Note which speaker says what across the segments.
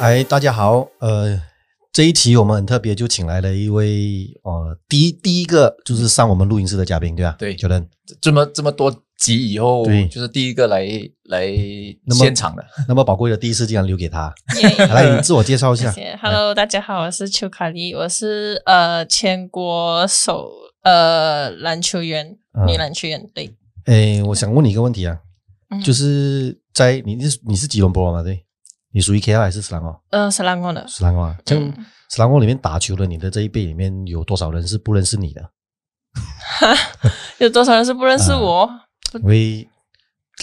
Speaker 1: 哎，大家好，呃，这一期我们很特别，就请来了一位呃，第一第一个就是上我们录音室的嘉宾，对吧、
Speaker 2: 对
Speaker 1: 觉得
Speaker 2: 这么这么多集以后
Speaker 1: 对，
Speaker 2: 就是第一个来来
Speaker 1: 那么
Speaker 2: 现场的。
Speaker 1: 那么宝贵的第一次竟然留给 他，
Speaker 3: 耶
Speaker 1: 来你自我介绍一下
Speaker 3: 谢，谢，Hello，大家好，我是邱卡莉，我是呃前国手呃篮球员
Speaker 1: 嗯，
Speaker 3: 女篮球员，对，
Speaker 1: 哎，我想问你一个问题啊，
Speaker 3: 嗯
Speaker 1: 就是在你是你是吉隆坡吗？对，你属于 KL 还是斯兰哦？
Speaker 3: 呃是篮光的，
Speaker 1: 斯兰哦啊，像
Speaker 3: 嗯
Speaker 1: 斯兰哦里面打球的，你的这一辈里面有多少人是不认识你的？
Speaker 3: 有多少人是不认识我？
Speaker 1: 因为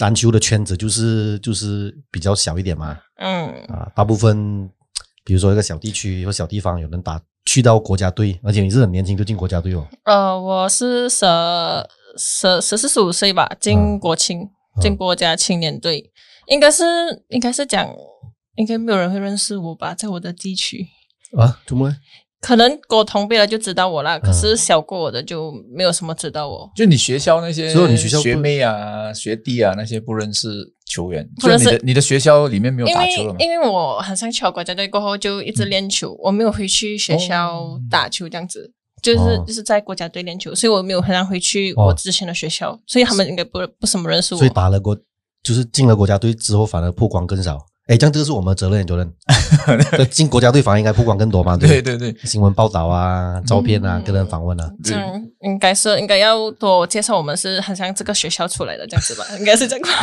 Speaker 1: 篮球的圈子就是就是比较小一点嘛，
Speaker 3: 嗯，
Speaker 1: 啊，大部分比如说一个小地区或小地方有人打去到国家队，而且你是很年轻就进国家队哦，
Speaker 3: 呃，我是十十十四十五岁吧，进
Speaker 1: 嗯
Speaker 3: 国青，
Speaker 1: 嗯
Speaker 3: 进国家青年队，应该是应该是讲，应该没有人会认识我吧，在我的地区。
Speaker 1: 啊，怎么了？
Speaker 3: 可能跟我同辈的就知道我啦，可是小过我的就没有什么知道我。
Speaker 2: 就你学校那些，
Speaker 1: 所以你学校不
Speaker 2: 学妹啊、学弟啊那些不认识球员，
Speaker 3: 不
Speaker 2: 就
Speaker 3: 认
Speaker 2: 你
Speaker 3: 识
Speaker 2: 的你的学校里面没有
Speaker 3: 因
Speaker 2: 打
Speaker 3: 为
Speaker 2: 球了吗？
Speaker 3: 因为我好像去了国家队过后就一
Speaker 1: 嗯
Speaker 3: 直练球，我没有回去学校打球这样子，就是、
Speaker 1: 哦
Speaker 3: 就是在国家队练球，所以我没有很想回去
Speaker 1: 哦
Speaker 3: 我之前的学校，所以他们应该不不什么认识我
Speaker 1: 所以。打了国就是进了国家队之后，反而曝光更少。哎，这样这个是我们的责任，责任。这进国家队反而应该曝光更多嘛？
Speaker 2: 对
Speaker 1: 不
Speaker 2: 对对，
Speaker 1: 新闻报道啊，照片啊，
Speaker 3: 嗯
Speaker 1: 个人访问啊，
Speaker 3: 这样应该是应该要多介绍我们是很像这个学校出来的这 样子吧，应该是这样吧。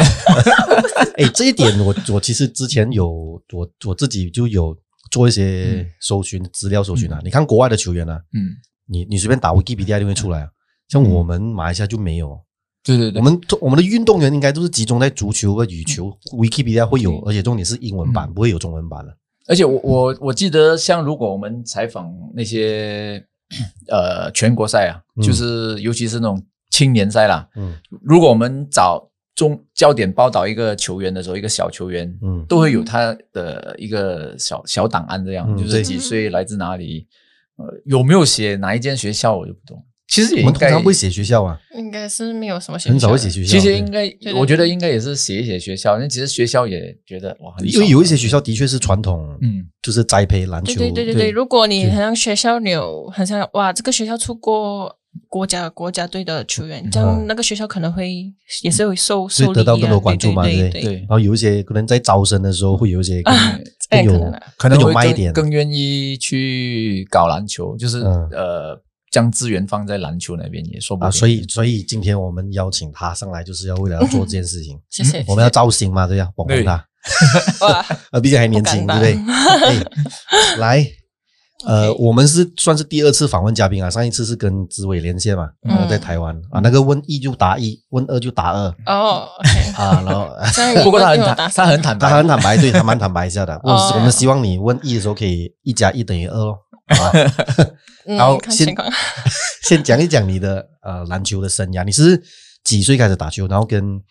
Speaker 1: 哎，这一点我我其实之前有我我自己就有做一些
Speaker 2: 嗯
Speaker 1: 搜寻资料搜寻啊，你看国外的球员啊，
Speaker 2: 嗯，
Speaker 1: 你你随便打 Wikipedia 就会出来啊，像我们马来西亚就没有，
Speaker 2: 对对对，
Speaker 1: 我们我们的运动员应该都是集中在足球和羽球，Wikipedia 会有，
Speaker 3: 嗯
Speaker 1: 而且重点是英文版，
Speaker 2: 嗯
Speaker 1: 不会有中文版的。
Speaker 2: 而且我我我记得，像如果我们采访那些呃全国赛啊，
Speaker 1: 嗯
Speaker 2: 就是尤其是那种青年赛啦，
Speaker 1: 嗯
Speaker 2: 如果我们找中焦点报道一个球员的时候，一个小球员，
Speaker 1: 嗯
Speaker 2: 都会有他的一个小小档案，这样、
Speaker 1: 嗯
Speaker 2: 就是
Speaker 1: 对
Speaker 2: 几岁，来自哪里，呃，有没有写哪一间学校，我就不懂。其实也
Speaker 1: 我
Speaker 2: 应
Speaker 1: 们通
Speaker 2: 该
Speaker 1: 常不会写学校啊，
Speaker 3: 应该是没有什么学校，
Speaker 1: 很少会写。学校。
Speaker 2: 其实应
Speaker 1: 对
Speaker 2: 该
Speaker 3: 对，
Speaker 2: 我觉得应该也是写一写学校，因为其实学校也觉得哇，很啊
Speaker 1: 因为
Speaker 2: 爽
Speaker 1: 有一些学校的确是传统，
Speaker 2: 嗯，
Speaker 1: 就是栽培篮
Speaker 3: 对
Speaker 1: 球。
Speaker 3: 对对对
Speaker 2: 对
Speaker 3: 对，如果你
Speaker 1: 对
Speaker 3: 很像学校你有很像哇，这个学校出过国家国家队的球员，这样那个学校可能会也是会受
Speaker 1: 嗯所以
Speaker 3: 受
Speaker 1: 得到
Speaker 3: 利益啊
Speaker 1: 更多关注嘛
Speaker 3: 对
Speaker 1: 对
Speaker 3: 对
Speaker 2: 对
Speaker 1: 然，后有一些可能在招生的时候会有一些更
Speaker 3: 啊这
Speaker 1: 更
Speaker 3: 样可
Speaker 1: 有
Speaker 3: 能啊
Speaker 2: 嗯哎可能
Speaker 1: 更有
Speaker 2: 会
Speaker 1: 卖
Speaker 2: 更
Speaker 1: 点。
Speaker 2: 更愿意去搞篮球，就是、
Speaker 1: 嗯
Speaker 2: 呃，将资源放在篮球那边也说不
Speaker 1: 啊，
Speaker 2: 定。
Speaker 1: 所以所以今天我们邀请他上来，就是要为了要做这件事 情。
Speaker 3: 谢谢。
Speaker 1: 嗯我们要造星嘛，对呀、捧捧
Speaker 2: 对
Speaker 1: 他，
Speaker 3: 哇，
Speaker 1: 呃，毕竟还年轻，
Speaker 3: 不
Speaker 1: 对
Speaker 3: 敢
Speaker 1: 不
Speaker 3: 当
Speaker 1: 对？ 哎来，呃，
Speaker 3: OK
Speaker 1: 我们是算是第二次访问嘉宾啊，上一次是跟紫伟连线嘛，
Speaker 2: 嗯
Speaker 1: 然后在台湾啊，那个问一就答一，问二就答二
Speaker 3: 哦，OK，
Speaker 1: 啊，然后
Speaker 3: 这样
Speaker 2: 不过他很
Speaker 3: 又有
Speaker 2: 坦，
Speaker 3: 打
Speaker 2: 他很坦白，
Speaker 1: 他很坦白，对他蛮坦白一下 的。我
Speaker 3: 哦
Speaker 1: 我们希望你问一的时候可以一加一等于二咯。啊，
Speaker 3: 嗯
Speaker 1: 然后
Speaker 3: 看
Speaker 1: 先
Speaker 3: 情况。
Speaker 1: 先讲一讲你的呃篮球的生涯，你是几岁开始打球，然后跟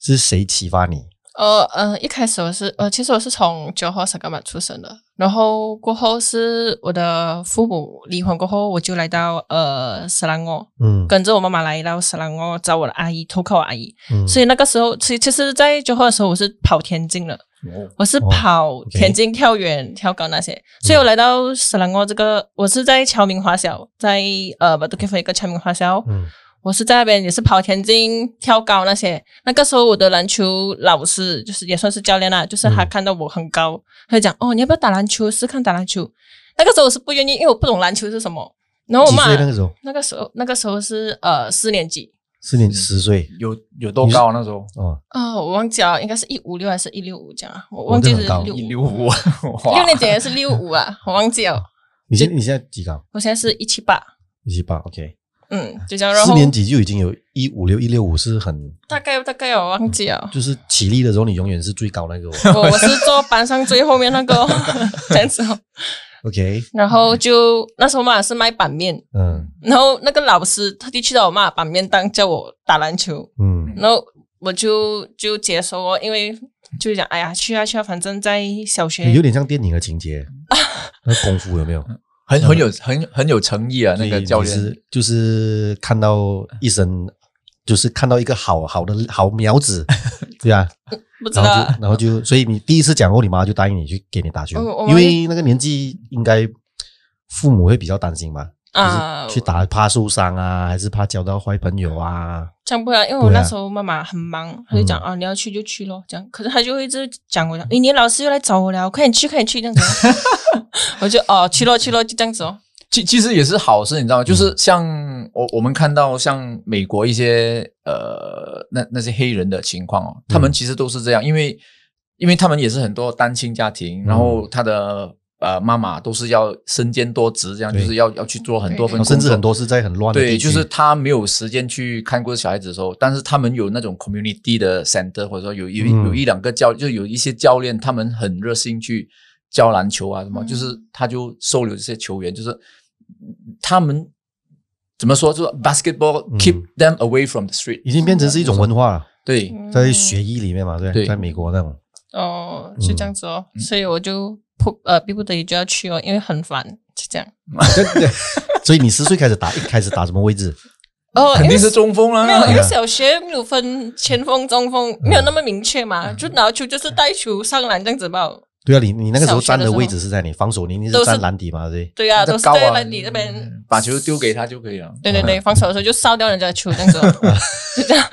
Speaker 1: 是谁启发你？
Speaker 3: 呃呃，一开始我是呃，其实我是从九号沙干马出生的，然后过后是我的父母离婚过后，我就来到呃斯兰哦，
Speaker 1: 嗯，
Speaker 3: 跟着我妈妈来到斯兰哦找我的阿姨，投靠我阿姨。
Speaker 1: 嗯
Speaker 3: 所以那个时候，其其实，在九号的时候，我是跑田径的，
Speaker 2: 哦
Speaker 3: 我是
Speaker 1: 哦
Speaker 3: 跑
Speaker 1: OK
Speaker 3: 田径、跳远、跳高那些。所以我来到斯兰哦这个，我是在侨民华校，在呃巴杜克夫一个侨民华校。
Speaker 1: 嗯
Speaker 3: 我是在那边也是跑田径、跳高那些。那个时候我的篮球老师就是也算是教练啦，就是他
Speaker 1: 嗯
Speaker 3: 看到我很高，他就讲哦，你要不要打篮球？试看打篮球。那个时候我是不愿意，因为我不懂篮球是什么。然后我
Speaker 1: 几
Speaker 3: 妈
Speaker 1: 岁那个时候？
Speaker 3: 那个时候那个时候是呃四年级，
Speaker 1: 四
Speaker 3: 嗯
Speaker 1: 年十岁
Speaker 2: 有有多高啊那时候？
Speaker 1: 哦，
Speaker 3: 哦，我忘记了，应该是一五六还是一六五这样啊，我
Speaker 1: 哦
Speaker 3: 忘记
Speaker 1: 这
Speaker 3: 是
Speaker 1: 很高
Speaker 3: 六
Speaker 2: 一
Speaker 3: 五
Speaker 2: 六五，哇
Speaker 3: 六年级还是六 五啊，我忘记了。
Speaker 1: 你现你现在几高？
Speaker 3: 我现在是一七八，
Speaker 1: 一七八，OK。
Speaker 3: 嗯，就这样。然
Speaker 1: 四
Speaker 3: 后
Speaker 1: 年级就已经有一五六一六五是很，
Speaker 3: 大概大概我忘 记了。
Speaker 1: 就是起立的时候你永远是最高那个、哦。
Speaker 3: 我我是坐班上最后面那个哦 这样子哦，
Speaker 1: OK，
Speaker 3: 然后就那时候嘛是卖板面，
Speaker 1: 嗯
Speaker 3: 然后那个老师特地去到我妈板面档叫我打篮球，
Speaker 1: 嗯
Speaker 3: 然后我就就接受哦，因为就讲哎呀去啊去啊，反正在小学
Speaker 1: 哎有点像电影的情 节。那功夫有没有？
Speaker 2: 很很有很很有诚意啊，那个教
Speaker 1: 所以
Speaker 2: 练
Speaker 1: 你是就是看到一身，就是看到一个好好的好苗子对 呀、
Speaker 3: 不知
Speaker 1: 然后
Speaker 3: 道啊
Speaker 1: 就，然后就，所以你第一次讲后，你妈就答应你去给你打球
Speaker 3: 我我，
Speaker 1: 因为那个年纪应该父母会比较担心吧，
Speaker 3: 啊
Speaker 1: 就是去打怕受伤啊，还是怕交到坏朋友啊，
Speaker 3: 这样不然，因为我
Speaker 1: 对啊嗯
Speaker 3: 那时候妈妈很忙，她就讲啊，你要去就去咯，这样。可是她就会一直讲我讲，诶，你老师又来找我了，快点去，快点去，这样子哦。我就哦，去咯，去咯，就这样子哦。
Speaker 2: 其其实也是好事，你知道吗？
Speaker 1: 嗯
Speaker 2: 就是像我我们看到像美国一些呃那那些黑人的情况哦，他们
Speaker 1: 嗯
Speaker 2: 其实都是这样，因为因为他们也是很多单亲家庭，
Speaker 1: 嗯
Speaker 2: 然后他的呃妈妈都是要身兼多职，这样就
Speaker 1: 对
Speaker 2: 是要要去做很多份
Speaker 1: 然后
Speaker 2: 工作，
Speaker 1: 啊甚至很多是在很乱的
Speaker 2: 对，
Speaker 1: 地区，
Speaker 2: 就是他没有时间去看顾小孩子的时候，但是他们有那种 community 的 center，或者说有有
Speaker 1: 嗯
Speaker 2: 有一两个教，就有一些教练，他们很热心去教篮球啊什么，
Speaker 3: 嗯
Speaker 2: 就是他就收留这些球员，就是他们怎么说，就是 basketball
Speaker 1: 嗯
Speaker 2: keep them away from the street，、
Speaker 1: 已经变成是一种文化了，
Speaker 2: 对，
Speaker 3: 嗯
Speaker 1: 在学嗯医里面嘛，对，
Speaker 2: 对
Speaker 1: 在美国那种，
Speaker 3: 哦，是这样子哦，所以我就迫呃逼不得已就要去哦，因为很烦，就这样。
Speaker 1: 所以你十岁开始打，一开始打什么位 置？嗯
Speaker 3: 哦，
Speaker 2: 肯
Speaker 3: 因为
Speaker 2: 定是中锋啦、
Speaker 3: 没有，因 为
Speaker 1: 啊
Speaker 3: 小学没有分前锋、中锋，没有那么明确
Speaker 1: 嗯
Speaker 3: 嘛，就拿球就是带球上篮这样子吧。
Speaker 1: 对啊，你你那个时候
Speaker 3: 小学
Speaker 1: 站
Speaker 3: 的
Speaker 1: 的
Speaker 3: 时候
Speaker 1: 位置是在你防守，你你
Speaker 3: 都
Speaker 1: 是
Speaker 3: 是
Speaker 1: 站篮底嘛，对。
Speaker 3: 对啊，
Speaker 2: 这
Speaker 3: 都是
Speaker 2: 高
Speaker 3: 在
Speaker 2: 啊
Speaker 3: 篮底那
Speaker 1: 嗯
Speaker 3: 边。
Speaker 2: 把球丢给他就可以了。
Speaker 3: 对对对，防守的时候就烧掉人家的球这样 子哦，就这样。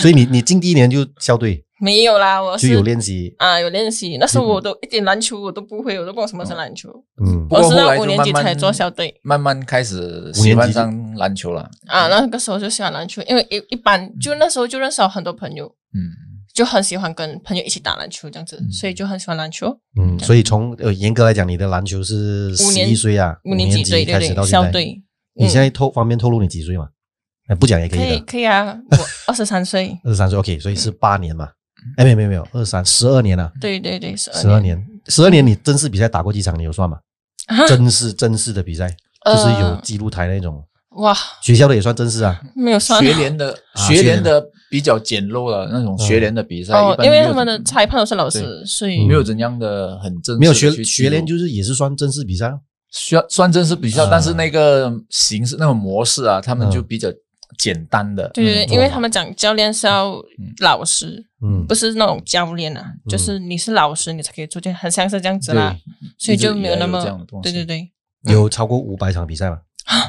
Speaker 1: 所以你你进第一年就校队，
Speaker 3: 没有啦，我
Speaker 1: 就是有练习，
Speaker 3: 哦啊，有练习。那时候我都一点篮球我都不会，我都不懂什么是篮球。
Speaker 1: 嗯
Speaker 2: 不，
Speaker 3: 我
Speaker 2: 过
Speaker 3: 是
Speaker 2: 后
Speaker 3: 到
Speaker 2: 来
Speaker 3: 五
Speaker 2: 就
Speaker 3: 年级
Speaker 2: 慢慢
Speaker 3: 才做校队
Speaker 2: 慢慢开始喜欢上篮球了。
Speaker 3: 啊，那个时候就喜欢篮球，因为一一般就那时候就认识了很多朋友，
Speaker 2: 嗯，
Speaker 3: 就很喜欢跟朋友一起打篮球这样子，
Speaker 2: 嗯
Speaker 3: 所以就很喜欢篮球。
Speaker 1: 嗯，所以从呃严格来讲，你的篮球是
Speaker 3: 五
Speaker 1: 十
Speaker 3: 年
Speaker 1: 一岁啊，
Speaker 3: 五年级对对
Speaker 1: 开始到
Speaker 3: 对，
Speaker 1: 现
Speaker 3: 校
Speaker 1: 在。
Speaker 3: 队。
Speaker 1: 你
Speaker 3: 嗯
Speaker 1: 现在透方便透露你几岁吗？哎，不讲也可
Speaker 3: 可以嗯
Speaker 1: 以的，
Speaker 3: 可以啊，我二十三岁，
Speaker 1: 二十三岁，OK，所以是八年嘛？哎，没有没有没有，二三十二年啊了，
Speaker 3: 对对对，十
Speaker 1: 十二年，十二年你正式比赛打过几场？你有算吗？
Speaker 3: 嗯啊
Speaker 1: 正式正式的比赛就是有
Speaker 3: 呃
Speaker 1: 记录台那种，
Speaker 3: 哇，
Speaker 1: 学校的也算正式啊。
Speaker 3: 没有算
Speaker 2: 学联的
Speaker 1: 啊
Speaker 2: 学联的比较简陋了，那种
Speaker 1: 嗯
Speaker 2: 学联的比赛，
Speaker 3: 哦
Speaker 2: 一，般
Speaker 3: 因
Speaker 2: 没
Speaker 3: 为
Speaker 2: 有嗯
Speaker 3: 他们的
Speaker 2: 怎
Speaker 3: 裁判都是老师，所以
Speaker 2: 没有怎样的很正式的
Speaker 1: 没有学
Speaker 2: 去
Speaker 1: 学联
Speaker 2: 记录
Speaker 1: 就是也是算正式比赛啊，
Speaker 2: 需要算正式比赛
Speaker 1: 啊，嗯
Speaker 2: 但是那个形式那种模式啊，他们就比较简单的。
Speaker 3: 对对
Speaker 2: 嗯
Speaker 3: 对，因为他们讲教练是要老师，
Speaker 1: 嗯
Speaker 3: 不，是那种教练啊，
Speaker 2: 嗯
Speaker 3: 就是你是老师，你才可以出去，很像是这样子啦，所以就没那
Speaker 2: 一直以来有
Speaker 3: 么
Speaker 2: 这样的东西
Speaker 3: 对对对，
Speaker 1: 有超过五百场比赛吗？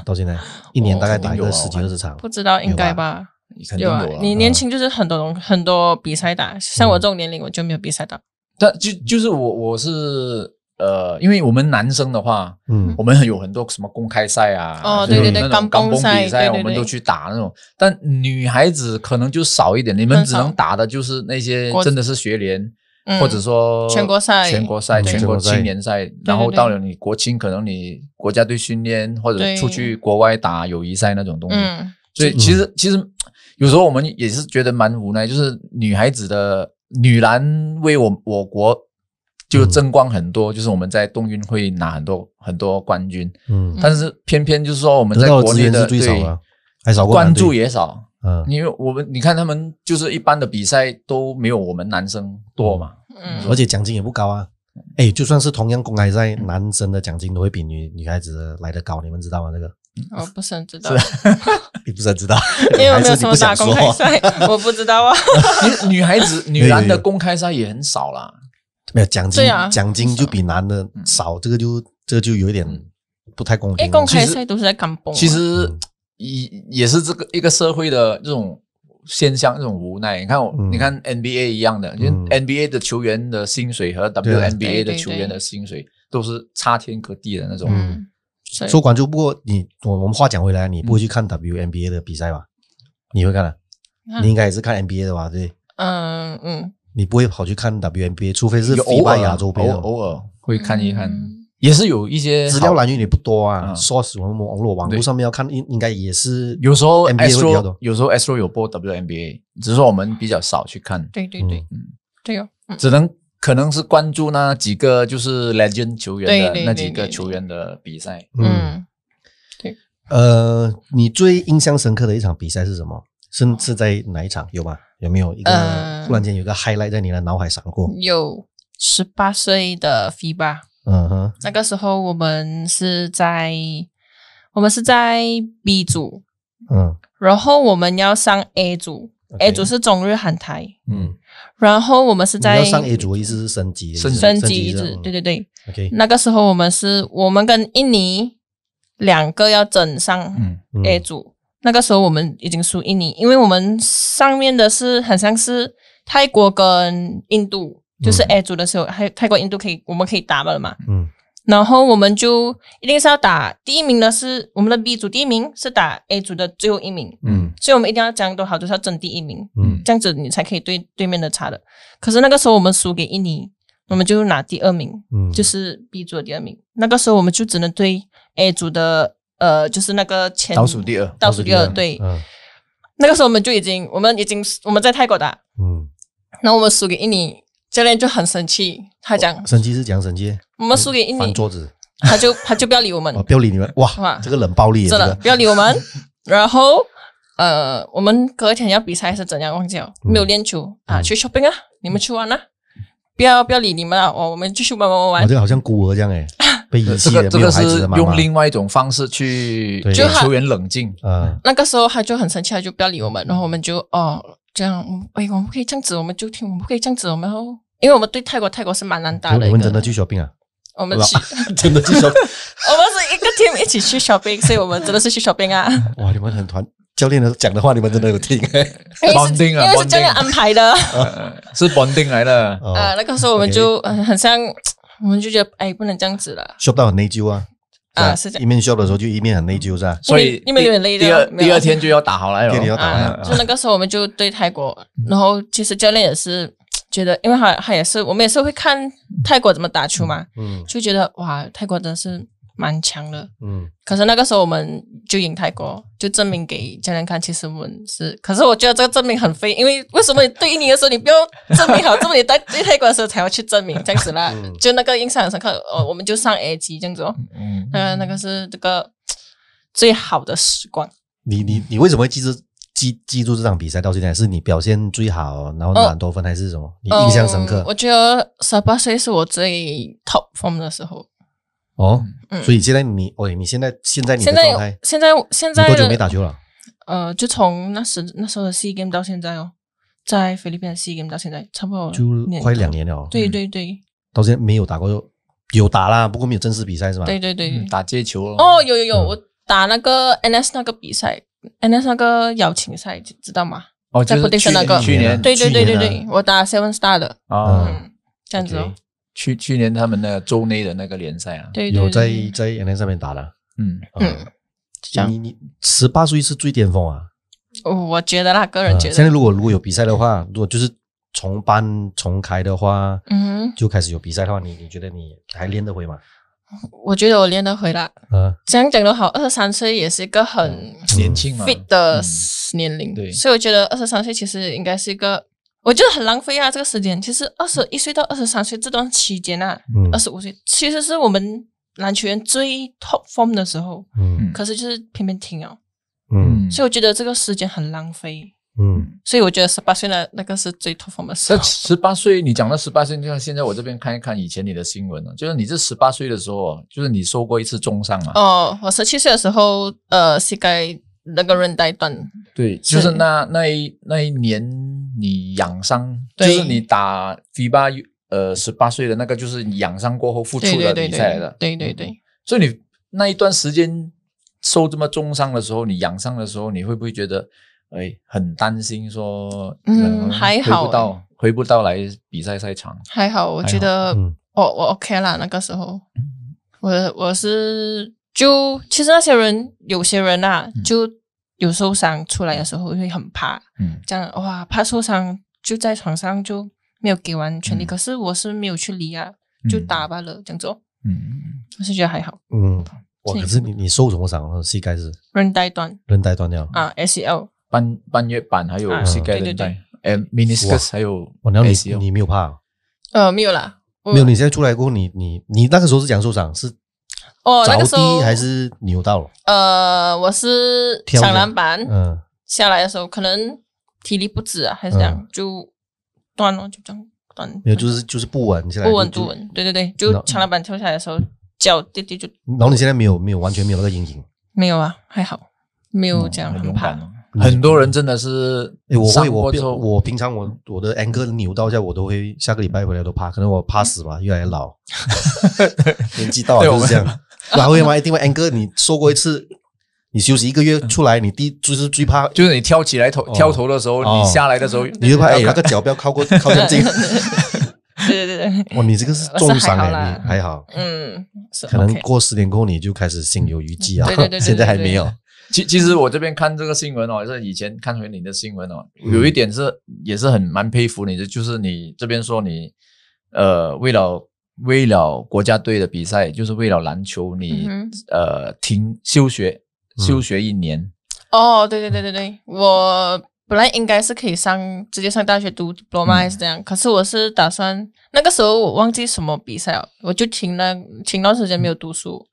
Speaker 1: 到现在
Speaker 3: 哦
Speaker 1: 一年大概打
Speaker 2: 肯定
Speaker 1: 个
Speaker 2: 有啊
Speaker 1: 十几
Speaker 2: 我
Speaker 1: 二
Speaker 2: 看
Speaker 1: 十场，
Speaker 3: 不知道应该吧？
Speaker 2: 肯定有啊
Speaker 3: 啊，你年轻就是很多东很多比赛打，像我这种年龄我就没有比赛打，
Speaker 2: 但就就是我我是呃，因为我们男生的话，
Speaker 1: 嗯
Speaker 2: 我们很有很多什么公开赛啊，
Speaker 3: 哦
Speaker 2: 就是
Speaker 1: 对对
Speaker 2: 那
Speaker 3: 对
Speaker 2: 种
Speaker 3: 钢
Speaker 2: 钢
Speaker 3: 蹦
Speaker 2: 蹦
Speaker 3: 赛
Speaker 2: 比赛，
Speaker 3: 对对
Speaker 2: 我们
Speaker 3: 对
Speaker 2: 都去打那种。但女孩子可能就少一点，你们
Speaker 3: 很
Speaker 2: 只
Speaker 3: 少
Speaker 2: 能打的就是那些
Speaker 3: 国
Speaker 2: 真的是学联，
Speaker 3: 嗯
Speaker 2: 或者说
Speaker 3: 全国赛
Speaker 2: 全国赛、
Speaker 1: 嗯
Speaker 2: 全
Speaker 1: 全
Speaker 2: 国
Speaker 1: 国赛
Speaker 2: 青年赛。然后到了你国青，可能你国家队训练或者
Speaker 3: 对
Speaker 2: 出去国外打友谊赛那种东西。
Speaker 3: 嗯，
Speaker 2: 所以其实其实有时候我们也是觉得蛮无奈，就是女孩子的女篮为我我国就
Speaker 1: 嗯
Speaker 2: 争光很多，就是我们在冬运会拿很多很多冠军，
Speaker 1: 嗯，
Speaker 2: 但是偏偏就是说我们
Speaker 1: 得
Speaker 2: 在
Speaker 1: 到的
Speaker 2: 国
Speaker 1: 资
Speaker 2: 内
Speaker 1: 源
Speaker 2: 的
Speaker 1: 是最少
Speaker 2: 对
Speaker 1: 啊，还少过
Speaker 2: 关
Speaker 1: 男队
Speaker 2: 注也少，
Speaker 1: 嗯
Speaker 2: 因为我们你看他们就是一般的比赛都没有我们男生多嘛，
Speaker 3: 嗯
Speaker 1: 而且奖金也不高啊。哎，就算是同样公开赛，男生的奖金都会比女女孩子的来的高，你们知道吗？这个
Speaker 3: 我不是很知道，
Speaker 2: 啊
Speaker 1: 你不是很知道，
Speaker 3: 因为我
Speaker 1: 还
Speaker 3: 没
Speaker 1: 是
Speaker 3: 有
Speaker 1: 你
Speaker 3: 什
Speaker 1: 不
Speaker 3: 么
Speaker 1: 想
Speaker 3: 打公开
Speaker 1: 说？
Speaker 3: 赛， 我不知道啊。
Speaker 2: 嗯女女 孩子
Speaker 1: 有
Speaker 2: 女篮的
Speaker 1: 有
Speaker 2: 公开赛也很少啦，
Speaker 1: 没有奖金
Speaker 3: 对，啊
Speaker 1: 奖金就比男的少，这个就这个就有一点
Speaker 2: 嗯
Speaker 1: 不太公
Speaker 3: 因
Speaker 1: 平
Speaker 3: 为
Speaker 1: 哦。
Speaker 3: 公开赛都是在啊港崩嘛，
Speaker 2: 其实
Speaker 1: 嗯
Speaker 2: 也也是这个一个社会的这种现象，这种无奈。你看我，
Speaker 1: 嗯
Speaker 2: 你看 NBA 一样的，因为 NBA 的球员的薪水和
Speaker 1: 对啊
Speaker 2: WNBA
Speaker 3: 对
Speaker 2: 的
Speaker 3: 对
Speaker 2: 球员的薪水都是差天隔地的那种。
Speaker 1: 嗯
Speaker 3: 嗯，所以
Speaker 1: 说关注，不过你我我们话讲回来，你不会去看 WNBA 的比赛吧？你会看啊？
Speaker 3: 嗯
Speaker 1: 你应该也是看 NBA 的吧？对，
Speaker 3: 嗯嗯，
Speaker 1: 你不会跑去看 WNBA，除非是
Speaker 2: 有
Speaker 1: FIBA
Speaker 2: 偶尔啊
Speaker 1: 亚洲杯
Speaker 2: 偶
Speaker 1: 那
Speaker 2: 尔
Speaker 1: 种。
Speaker 2: 偶尔会看一看，
Speaker 3: 嗯
Speaker 2: 也是有一些
Speaker 1: 资料
Speaker 2: 好
Speaker 1: 来源也不多啊
Speaker 2: 嗯
Speaker 1: ，source 我们网络网络
Speaker 2: 对
Speaker 1: 上面要看，应应该也是
Speaker 2: 有时候
Speaker 1: NBA 会比较
Speaker 2: Astro
Speaker 1: 多。
Speaker 2: 有时候 Astro 有播 WNBA，只是说我们比较少去看，
Speaker 3: 对对对，
Speaker 2: 嗯
Speaker 3: 对哦，嗯
Speaker 2: 只能可能是关注那几个就是 Legend 球员的
Speaker 3: 对对
Speaker 2: 那
Speaker 3: 对
Speaker 2: 几
Speaker 3: 对
Speaker 2: 个
Speaker 3: 对
Speaker 2: 球员的比赛。
Speaker 1: 嗯，
Speaker 3: 嗯，
Speaker 1: 呃，你最印象深刻的一场比赛是什么？是是在哪一场？有吗？有没有一个
Speaker 3: 呃
Speaker 1: 突然间有一个 highlight 在你的脑海闪过？
Speaker 3: 有十八岁的 FIBA，
Speaker 1: 嗯哼，
Speaker 3: 那个时候我们是在我们是在 B 组，
Speaker 1: 嗯
Speaker 3: 然后我们要上 A 组， A 组是中日韩台，
Speaker 1: 嗯，
Speaker 3: 然后我们是
Speaker 1: 你要
Speaker 3: 在
Speaker 1: 上 A 组的意思是升级，哦
Speaker 2: 升级
Speaker 3: 升级一
Speaker 1: 制
Speaker 3: 制，对嗯对对。
Speaker 1: ，OK，
Speaker 3: 那个时候我们是我们跟印尼两个要整上
Speaker 2: 嗯，
Speaker 1: 嗯
Speaker 3: A 组，那个时候我们已经输印尼，因为我们上面的是很像是泰国跟印度，就是 A 组的时候，还有泰国、印度可以我们可以打了嘛。
Speaker 1: 嗯
Speaker 3: 然后我们就一定是要打第一名的是我们的 B 组第一名是打 A 组的最后一名，
Speaker 1: 嗯
Speaker 3: 所以我们一定要讲多好，就是要争第一名，
Speaker 1: 嗯
Speaker 3: 这样子你才可以对对面的差的。可是那个时候我们输给印尼，我们就拿第二名，
Speaker 1: 嗯，
Speaker 3: 就是 B 组的第二名。那个时候我们就只能对 A 组的呃，就是那个前
Speaker 2: 倒数第二，
Speaker 3: 倒数第二，对。
Speaker 1: 嗯
Speaker 3: 那个时候我们就已经，我们已经我们在泰国打，
Speaker 1: 嗯，
Speaker 3: 然后我们输给印尼，教练就很生气，他讲
Speaker 1: 升哦级是讲升级，
Speaker 3: 我们输给印
Speaker 1: 翻
Speaker 3: 尼，
Speaker 1: 桌子，
Speaker 3: 他就他就不要理我们
Speaker 1: 哦，，不要理你们，哇
Speaker 3: 哇，
Speaker 1: 这个冷暴力耶，这
Speaker 3: 真的
Speaker 1: 个
Speaker 3: 不要理我们。 然后呃，我们隔天要比赛是怎样忘记了，
Speaker 1: 嗯
Speaker 3: 没有练球啊，
Speaker 1: 嗯
Speaker 3: 去 shopping 啊，你们去玩啊，不要不要理你们啊，我我们继续玩玩玩
Speaker 1: 我
Speaker 3: 玩
Speaker 1: 这。个好像孤儿这 样哎，被遗
Speaker 2: 这
Speaker 1: 弃
Speaker 2: 个
Speaker 1: 的
Speaker 2: 这
Speaker 1: 没
Speaker 2: 个
Speaker 1: 有孩子
Speaker 2: 是
Speaker 1: 的妈妈
Speaker 2: 用，另外一种方式去
Speaker 1: 对
Speaker 2: 给
Speaker 3: 就他
Speaker 2: 球员冷静，
Speaker 1: 啊，
Speaker 3: 那个时候他就很生气，他就不要理我们，然后我们就哦这样，哎，我们不可以这样子，我们就听，我们不可以这样子，我们哦，因为我们对泰国泰国是蛮难打的
Speaker 1: 你
Speaker 3: 一
Speaker 1: 们真的
Speaker 3: 个，
Speaker 1: 去 shopping 啊？
Speaker 3: 我们 去。
Speaker 1: 真的去 shopping，
Speaker 3: 我们是一个 team 一起去 shopping，所以我们真的是去 shopping 啊，
Speaker 1: 哇，你们很团，教练的讲的话你们真的有听，
Speaker 3: 因为是
Speaker 2: Bonding
Speaker 3: 因
Speaker 2: 啊
Speaker 3: 为是教练
Speaker 2: bonding
Speaker 3: 安排的。
Speaker 2: 呃是 bonding 来的。
Speaker 1: 哦
Speaker 3: 啊，那个时候我们就呃很像，我们就觉得哎，不能这样子了
Speaker 1: shop 到很内疚啊，是吧
Speaker 3: 啊，是这
Speaker 1: 一
Speaker 3: 样。
Speaker 1: 面 shop 的时候就一面很内疚是吧？
Speaker 2: 所以
Speaker 3: 因为因为有点
Speaker 2: 第
Speaker 3: 累
Speaker 2: 第二
Speaker 3: 了没有
Speaker 2: 第二天就要打好来了，
Speaker 1: 第二天要打好来
Speaker 3: 啊
Speaker 1: 了，
Speaker 3: 就那个时候我们就对泰国，然后其实教练也是觉得，因为他他也是，我们也是会看泰国怎么打球嘛，
Speaker 1: 嗯
Speaker 3: 就觉得哇，泰国真的是蛮强的。
Speaker 1: 嗯
Speaker 3: 可是那个时候我们就赢泰国，就证明给教练看，其实我们是。可是我觉得这个证明很废，因为为什么你对印尼的时候你不要证明好，这么你在对泰国的时候才要去证明这样子啦？
Speaker 1: 嗯
Speaker 3: 就那个印象很深刻，哦，我们就上 A 级这样子哦。
Speaker 2: 嗯，
Speaker 3: 那那个是这个最好的时光。
Speaker 1: 你
Speaker 3: 嗯
Speaker 1: 你你为什么会记住记记住这场比赛到现在？是你表现最好，然后拿很多分，还是什么？你印象深刻
Speaker 3: 哦嗯我觉得十八岁是我最 top form 的时候。
Speaker 1: 哦？
Speaker 3: 嗯
Speaker 1: 所以现在你，哦，你现在现在你的
Speaker 3: 现
Speaker 1: 状态
Speaker 3: 在，现在现
Speaker 1: 你
Speaker 3: 在
Speaker 1: 多久没打球了？
Speaker 3: 呃，就从那时那时候的 C game 到现在哦，在菲律宾的 C game 到现在，差不多
Speaker 1: 就快
Speaker 3: 多
Speaker 1: 两。年了哦，
Speaker 3: 对对对
Speaker 1: 到现在没有打过，有打啦，不过没有正式比赛是吧？
Speaker 3: 对对对。
Speaker 2: 嗯打接球咯，
Speaker 3: 哦，有有有，
Speaker 1: 嗯
Speaker 3: 我打那个 NS 那个比赛，NS 那个邀请赛，知知道吗？
Speaker 2: 哦，就
Speaker 3: 在
Speaker 2: 是
Speaker 3: Prediction 那个
Speaker 2: 去去年
Speaker 3: 对对
Speaker 1: 去
Speaker 3: 对对
Speaker 1: 年啊
Speaker 3: 对，我打 Seven Star 的，
Speaker 2: 啊，
Speaker 1: 嗯
Speaker 3: 嗯，这样子哦
Speaker 1: OK，
Speaker 2: 去去年他们的州内的那个联赛啊，
Speaker 3: 对对
Speaker 1: 有在
Speaker 3: 对，
Speaker 1: 在 N 上面打了。
Speaker 2: 嗯，
Speaker 3: 嗯，就这
Speaker 1: 你
Speaker 3: 样，
Speaker 1: 你十八岁是最巅峰啊！
Speaker 3: 哦我觉得啦，个人
Speaker 1: 呃
Speaker 3: 觉
Speaker 1: 现在
Speaker 3: 得，
Speaker 1: 如果如果有比赛的话，如果就是重班重开的话，
Speaker 3: 嗯哼，
Speaker 1: 就开始有比赛的话，你你觉得你还练得回吗？
Speaker 3: 我觉得我练得回来，
Speaker 1: 啊，
Speaker 3: 这样讲的好，二十三岁也是一个很
Speaker 2: 年轻嘛，
Speaker 3: fit 的
Speaker 2: 嗯
Speaker 3: 年龄，
Speaker 2: 对
Speaker 3: 所以我觉得二十三岁其实应该是一个，我觉得很浪费啊，这个时间。其实二十一岁到二十三岁这段期间啊，
Speaker 1: 嗯
Speaker 3: 二十五岁其实是我们篮球员最 top form 的时候，
Speaker 1: 嗯
Speaker 3: 可是就是偏偏停了，
Speaker 1: 嗯
Speaker 2: 嗯，
Speaker 3: 所以我觉得这个时间很浪费。
Speaker 1: 嗯
Speaker 3: 所以我觉得十八岁的那个是最 top form 的时
Speaker 2: 这
Speaker 3: 候。
Speaker 2: 十八岁，你讲到十八岁，就像现在我这边看一看以前你的新闻了，就是你这十八岁的时候，啊就是你受过一次重伤啊嘛，
Speaker 3: 哦，我十七岁的时候，呃，膝盖那个韧带断，
Speaker 2: 对，就是
Speaker 3: 是
Speaker 2: 那那一那一年你养伤，就
Speaker 3: 对
Speaker 2: 是你打 FIBA 呃十八岁的那个，就是你养伤过后复
Speaker 3: 对
Speaker 2: 出
Speaker 3: 对
Speaker 2: 的
Speaker 3: 对
Speaker 2: 比赛来
Speaker 3: 对
Speaker 2: 的，，嗯
Speaker 3: 对对对。
Speaker 2: 所以你那一段时间受这么重伤的时候，你养伤的时候，你会不会觉得哎很担心说
Speaker 3: 嗯
Speaker 2: 呃
Speaker 3: 还
Speaker 2: 回
Speaker 3: 好
Speaker 2: 不到回不到来比赛赛场，
Speaker 3: 还好，我
Speaker 2: 还
Speaker 3: 觉
Speaker 2: 好
Speaker 3: 得
Speaker 1: 嗯
Speaker 3: 我我 OK 啦。那个时候，我我是就其实那些人有些人啊，
Speaker 1: 嗯
Speaker 3: 就有受伤出来的时候会很怕，
Speaker 2: 嗯
Speaker 3: 这样哇怕受伤就在床上就没有给完全力。
Speaker 2: 嗯
Speaker 3: 可是我是没有去理啊，就
Speaker 2: 嗯
Speaker 3: 打罢了，这样子哦。
Speaker 2: 嗯，
Speaker 3: 我是觉得还好，
Speaker 1: 嗯，哇！
Speaker 3: 这
Speaker 1: 可是你你受什么伤了？膝盖是
Speaker 3: 韧带断
Speaker 1: 韧带断掉啊？
Speaker 3: 啊，ACL
Speaker 2: 半半月板还有
Speaker 3: 啊
Speaker 2: 膝盖
Speaker 3: 对对
Speaker 2: 韧带，哎 meniscus 还有
Speaker 1: 哇！然后
Speaker 2: ACL
Speaker 1: 你你没有怕哎哦？
Speaker 3: 呃没有啦，我
Speaker 1: 没有，你现在出来过后，你你你那个时候是讲受伤是
Speaker 3: 哦那
Speaker 1: 着
Speaker 3: 个时
Speaker 1: 地
Speaker 3: 候
Speaker 1: 还是扭到了？
Speaker 3: 呃我是
Speaker 1: 跳
Speaker 3: 抢
Speaker 1: 的
Speaker 3: 篮板，
Speaker 1: 嗯，
Speaker 3: 下来的时候，可能体力不支啊，还是这样，就断了，就这样断。
Speaker 1: 没有，就是就是不稳，现在
Speaker 3: 不稳
Speaker 1: 就
Speaker 3: 不。稳，对对对，
Speaker 1: 那
Speaker 3: 就抢篮板跳下来的时候，脚弟弟就
Speaker 1: 然后你现在没有没有完全没有那个阴影，
Speaker 3: 没有啊，还好，没有这样
Speaker 2: 很
Speaker 3: 很
Speaker 2: 勇
Speaker 3: 怕
Speaker 2: 敢。哦，很多人真的是
Speaker 1: 诶哎我
Speaker 2: 上
Speaker 1: 会
Speaker 2: 过
Speaker 1: 我
Speaker 2: 之
Speaker 1: 平
Speaker 2: 后，
Speaker 1: 我平常我我的 ankle 扭到一下，我都会下个礼拜回来都怕，可能我怕死嘛，越来越 老，年纪到了
Speaker 2: 对
Speaker 1: 就是这
Speaker 2: 我
Speaker 1: 样。然后嘛，一定会 ankle，你受过一次，你休息一个月出来，你第一就是最怕，
Speaker 2: 就是你挑起来头
Speaker 1: 哦
Speaker 2: 挑头的时候，
Speaker 1: 哦
Speaker 2: 你下来的时候，
Speaker 1: 你就怕哎
Speaker 2: 要
Speaker 1: 那
Speaker 2: 看
Speaker 1: 个脚不要靠过 靠近近。
Speaker 3: 对对对 对，
Speaker 1: 哇，你这个是重伤
Speaker 3: 我
Speaker 1: 哎、
Speaker 3: 是还好啦
Speaker 1: 你还好，
Speaker 3: 嗯，是
Speaker 1: 可能
Speaker 3: OK
Speaker 1: 过十年过后你就开始心有余悸啊。
Speaker 3: 对对对对对
Speaker 1: 现在还没有。
Speaker 2: 其其实我这边看这个新闻哦，是以前看回你的新闻哦，
Speaker 1: 嗯
Speaker 2: 有一点是也是很蛮佩服你的，就是你这边说你呃为了为了国家队的比赛，就是为了篮球你、
Speaker 3: 嗯
Speaker 2: 呃停休学
Speaker 1: 嗯
Speaker 2: 休学一年，
Speaker 3: 哦，对对对对对，我本来应该是可以上直接上大学读 diploma 还
Speaker 1: 嗯
Speaker 3: 是这样，可是我是打算那个时候我忘记什么比赛了，我就停了停段时间没
Speaker 1: 嗯
Speaker 3: 有读书，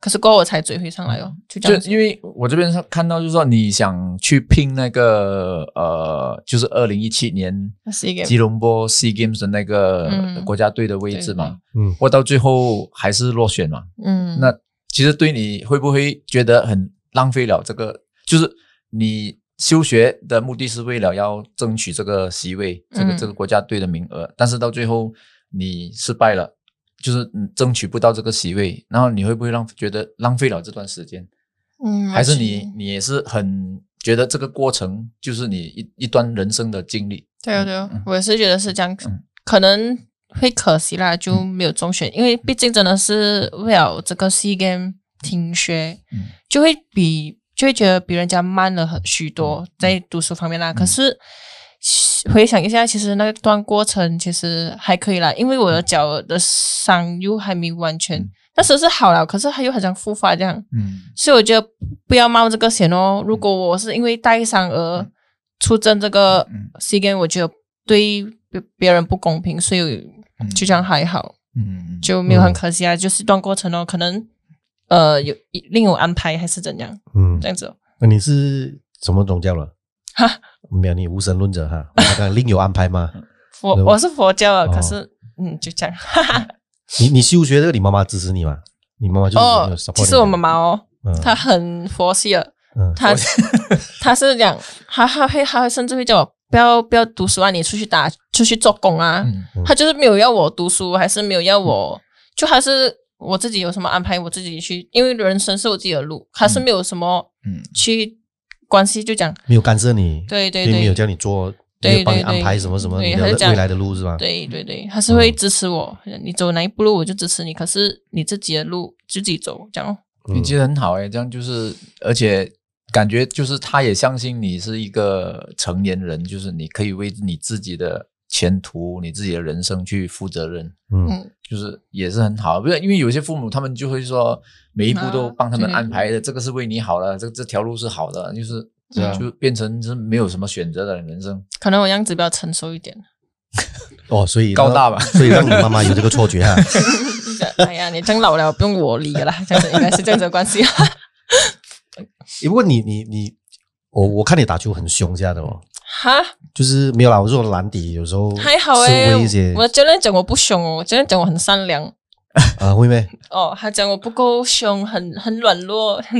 Speaker 3: 可是过后我才追回上来哦，就这
Speaker 2: 就
Speaker 3: 样子。
Speaker 2: 因为我这边看到就是说你想去拼那个呃就是二零一七年
Speaker 3: 那是一个
Speaker 2: 吉隆坡 SEA Games 的那个
Speaker 3: 嗯
Speaker 2: 国家队的位置
Speaker 3: 对
Speaker 2: 嘛
Speaker 3: 对，
Speaker 1: 嗯，
Speaker 2: 我到最后还是落选嘛。
Speaker 3: 嗯，
Speaker 2: 那其实对你会不会觉得很浪费了？这个就是你休学的目的是为了要争取这个席位，这个
Speaker 3: 嗯
Speaker 2: 这个国家队的名额，但是到最后你失败了，就是嗯争取不到这个席位，然后你会不会浪觉得浪费了这段时间？
Speaker 3: 嗯
Speaker 2: 还是你你也是很觉得这个过程就是你一一段人生的经历？
Speaker 3: 对啊对啊
Speaker 2: 嗯，
Speaker 3: 我也是觉得是这样
Speaker 2: 嗯，
Speaker 3: 可能会可惜啦，就没有中选，因
Speaker 2: 嗯
Speaker 3: 为毕竟真的是为了这个 C game 停学
Speaker 2: 嗯，
Speaker 3: 就会比就会觉得比人家慢了很许
Speaker 2: 嗯
Speaker 3: 多在读书方面啦。可是回想一下，其实那段过程其实还可以啦，因为我的脚的伤又还没完全
Speaker 2: 嗯，
Speaker 3: 那时候是好了，可是它又好像复发这样。
Speaker 2: 嗯
Speaker 3: 所以我觉得不要冒这个险哦。如果我是因为带伤而出征这个
Speaker 2: 嗯
Speaker 3: C game，我觉得对别别人不公平，所以
Speaker 2: 嗯
Speaker 3: 就这样还好，
Speaker 2: 嗯，
Speaker 3: 就没有很可惜啊。就是一段过程哦，可能呃有另有安排还是怎样
Speaker 1: 嗯
Speaker 3: 这，样子、哦。
Speaker 1: 那你是什么宗教了？
Speaker 3: 哈，
Speaker 1: 没有，你无神论者哈。我刚刚另有安排吗？
Speaker 3: 佛
Speaker 1: 对吧
Speaker 3: 我是佛教啊，
Speaker 1: 哦
Speaker 3: 可是嗯就这样。
Speaker 1: 你你休学这个，你妈妈支持你吗？你妈妈就是有没
Speaker 3: 哦
Speaker 1: 有 support 你的、
Speaker 3: 其实我妈妈哦，
Speaker 1: 嗯，
Speaker 3: 她很佛系的，
Speaker 1: 嗯
Speaker 3: 她她是 讲，她她会她会甚至会叫我不要不要读书啊，你出去打出去做工啊。
Speaker 2: 嗯
Speaker 1: 嗯
Speaker 3: 他就是没有要我读书，还是没有要我，就还是我自己有什么安排，我自己去，因为人生是我自己的路，还是没有什么
Speaker 2: 嗯
Speaker 3: 去关系，就讲
Speaker 1: 没有干涉你，
Speaker 3: 对对
Speaker 1: 并
Speaker 3: 对
Speaker 1: 没有叫你做，
Speaker 3: 对
Speaker 1: 没有帮你
Speaker 3: 对对
Speaker 1: 安排什么什么
Speaker 3: 对
Speaker 1: 你
Speaker 3: 她
Speaker 1: 的
Speaker 3: 就这样
Speaker 1: 未来的路是吧？，
Speaker 3: 对对对，还是会支持我，你走哪一步路我就支持你，可是你自己的路就自己走，这样哦。
Speaker 1: 嗯
Speaker 2: 你其实很好哎、这样就是，而且感觉就是他也相信你是一个成年人，就是你可以为你自己的前途、你自己的人生去负责任，
Speaker 1: 嗯
Speaker 3: 嗯
Speaker 2: 就是也是很好。不是因为有些父母他们就会说，每一步都帮他们安排的，这个是为你好了，这这条路是好的，就是
Speaker 3: 对啊
Speaker 2: 就变成是没有什么选择的人生，
Speaker 3: 可能我样子比较成熟一点，
Speaker 1: 哦，所以
Speaker 2: 高大吧
Speaker 1: 所以让你妈妈有这个错觉啊哈。
Speaker 3: 就讲
Speaker 1: 嗯
Speaker 3: 哎呀，你真老了，不用我理了啦，这样子应该是这样子的关系。
Speaker 1: 诶不过你你你，我我看你打球很凶这样的哦，
Speaker 3: 哈，
Speaker 1: 就是没有啦，我说篮底有时候
Speaker 3: 还好
Speaker 1: 哎、
Speaker 3: 哎、
Speaker 1: 是会一些
Speaker 3: 我的教练讲我不凶哦，我教练讲我很善良。
Speaker 1: 啊会咩？
Speaker 3: 哦，他讲我不够凶，很很软弱，很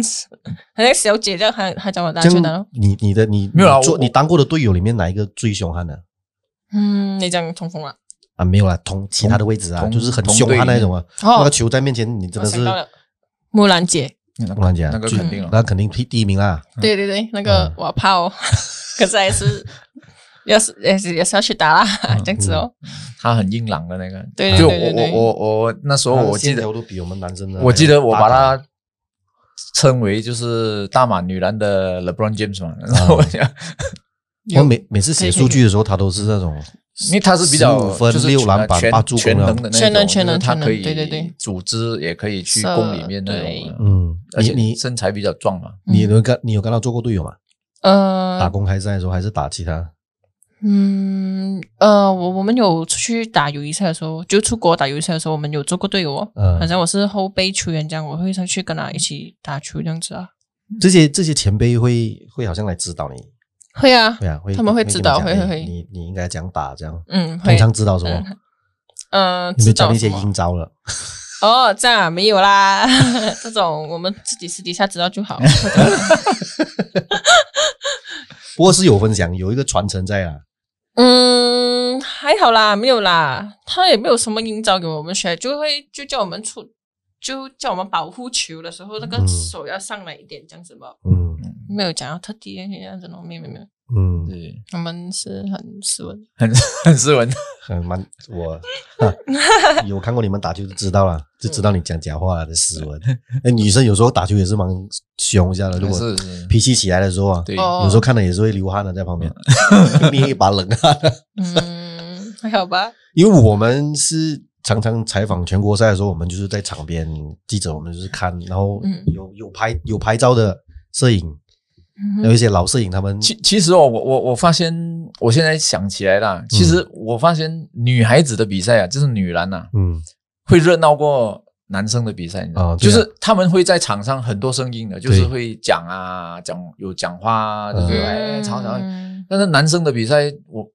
Speaker 3: 很像小姐这样，还还讲我打
Speaker 1: 这
Speaker 3: 球打
Speaker 1: 样
Speaker 3: 咯。
Speaker 1: 你你的你
Speaker 2: 没有啦
Speaker 1: 你做
Speaker 2: 我
Speaker 1: 你当过的队友里面哪一个最凶悍的
Speaker 3: 嗯，你讲冲锋了，
Speaker 1: 啊？没有啦，同其他的位置啊，
Speaker 2: 同
Speaker 1: 就是很
Speaker 2: 同
Speaker 1: 凶悍那一种啊。那
Speaker 3: 哦
Speaker 1: 个，球在面前，你真
Speaker 3: 我
Speaker 1: 的
Speaker 3: 想
Speaker 1: 是
Speaker 3: 到了，木兰姐，
Speaker 2: 那
Speaker 1: 我跟你讲
Speaker 2: 那个
Speaker 1: 就
Speaker 2: 肯定了。
Speaker 1: 那肯定第第一名啦。
Speaker 3: 对对对，那个
Speaker 1: 嗯
Speaker 3: 我怕哦， 可是还是要是也是也是要去打啦，
Speaker 1: 嗯
Speaker 3: 这样子哦，
Speaker 2: 他很硬朗的那个，
Speaker 3: 对对
Speaker 2: 就
Speaker 3: 对对对
Speaker 2: 我我我我那时候
Speaker 1: 他的
Speaker 2: 我记
Speaker 1: 线
Speaker 2: 得
Speaker 1: 条都比我们男生的，
Speaker 2: 我记得我把
Speaker 1: 他
Speaker 2: 她称为就是大马女篮的 LeBron James 嘛，
Speaker 1: 嗯
Speaker 2: 然后我想，
Speaker 1: 我每每次写
Speaker 3: 可以可以嗯
Speaker 1: 数据的时候，他都是那种，
Speaker 2: 因为她是比较
Speaker 1: 15分
Speaker 2: 就是
Speaker 1: 六篮板
Speaker 2: 全
Speaker 1: 八助攻
Speaker 2: 全能的那种，
Speaker 3: 全能全能
Speaker 2: 就是她
Speaker 3: 全能
Speaker 2: 可以
Speaker 3: 对对对
Speaker 2: 组织也可以去
Speaker 3: 是
Speaker 2: 攻里面那
Speaker 3: 对
Speaker 2: 种，，啊
Speaker 1: 嗯，
Speaker 2: 而
Speaker 1: 你
Speaker 2: 且
Speaker 1: 你
Speaker 2: 身材比较壮嘛，
Speaker 1: 你有跟你有跟他做过队友吗？打
Speaker 3: 呃，
Speaker 1: 公开赛的时候还是打其他？
Speaker 3: 嗯呃，我我们有出去打友谊赛的时候，就出国打友谊赛的时候，我们有做过队友哦，
Speaker 1: 嗯
Speaker 3: 好，像我是后备球员这样，我会上去跟他一起打球这样子啊，
Speaker 1: 这些这些前辈会会好像来指导你，
Speaker 3: 会啊，
Speaker 1: 对啊，会
Speaker 3: 他们会
Speaker 1: 跟你
Speaker 3: 指导
Speaker 1: 讲
Speaker 3: 会
Speaker 1: 哎
Speaker 3: 会会
Speaker 1: 你你应该讲打这样，
Speaker 3: 嗯，会
Speaker 1: 通。常指导什么？
Speaker 3: 嗯，
Speaker 1: 有没有
Speaker 3: 知
Speaker 1: 教
Speaker 3: 道
Speaker 1: 那些
Speaker 3: 什么
Speaker 1: 阴招了？
Speaker 3: 哦，这样啊，没有 啦，这种我们自己私底下知道就好。
Speaker 1: 不过是有分享，有一个传承在啊。
Speaker 3: 嗯，还好啦，没有啦，他也没有什么营造给我们学，就会就叫我们出，就叫我们保护球的时候，那个
Speaker 1: 嗯
Speaker 3: 手要上来一点，这样子吧。
Speaker 1: 嗯
Speaker 3: 没有讲要特地这样子咯，没有没有没有，
Speaker 1: 嗯，
Speaker 2: 对，
Speaker 3: 我们是很斯文。
Speaker 2: 很很斯文。
Speaker 1: 很蛮我、啊有看过你们打球就知道了，就知道你讲假话 了的斯文。那女生有时候打球也是蛮凶一下的， 如果
Speaker 2: 是是，
Speaker 1: 脾气起来的时候啊，
Speaker 2: 对，
Speaker 3: 哦
Speaker 1: 有时候看了也是会流汗的，在旁边 捏一把冷汗。
Speaker 3: 嗯，还 好吧。
Speaker 1: 因为我们是常常采访全国赛的时候，我们就是在场边记者，我们就是看，然后
Speaker 3: 嗯
Speaker 1: 有有拍有拍照的摄影，
Speaker 3: 嗯
Speaker 1: 有一些老摄影他们
Speaker 2: 其其实哦，我我我发现，我现在想起来啦，其实我发现女孩子的比赛啊，就是女篮呐、
Speaker 1: 嗯
Speaker 2: 会热闹过男生的比赛，你知道吗
Speaker 1: 啊对
Speaker 2: 就
Speaker 1: 啊
Speaker 2: 是他们会在场上很多声音的，就是
Speaker 1: 对
Speaker 2: 会讲啊，讲有讲话啊，就是
Speaker 1: 嗯
Speaker 2: 哎吵吵。
Speaker 3: 嗯
Speaker 2: 但是男生的比赛，我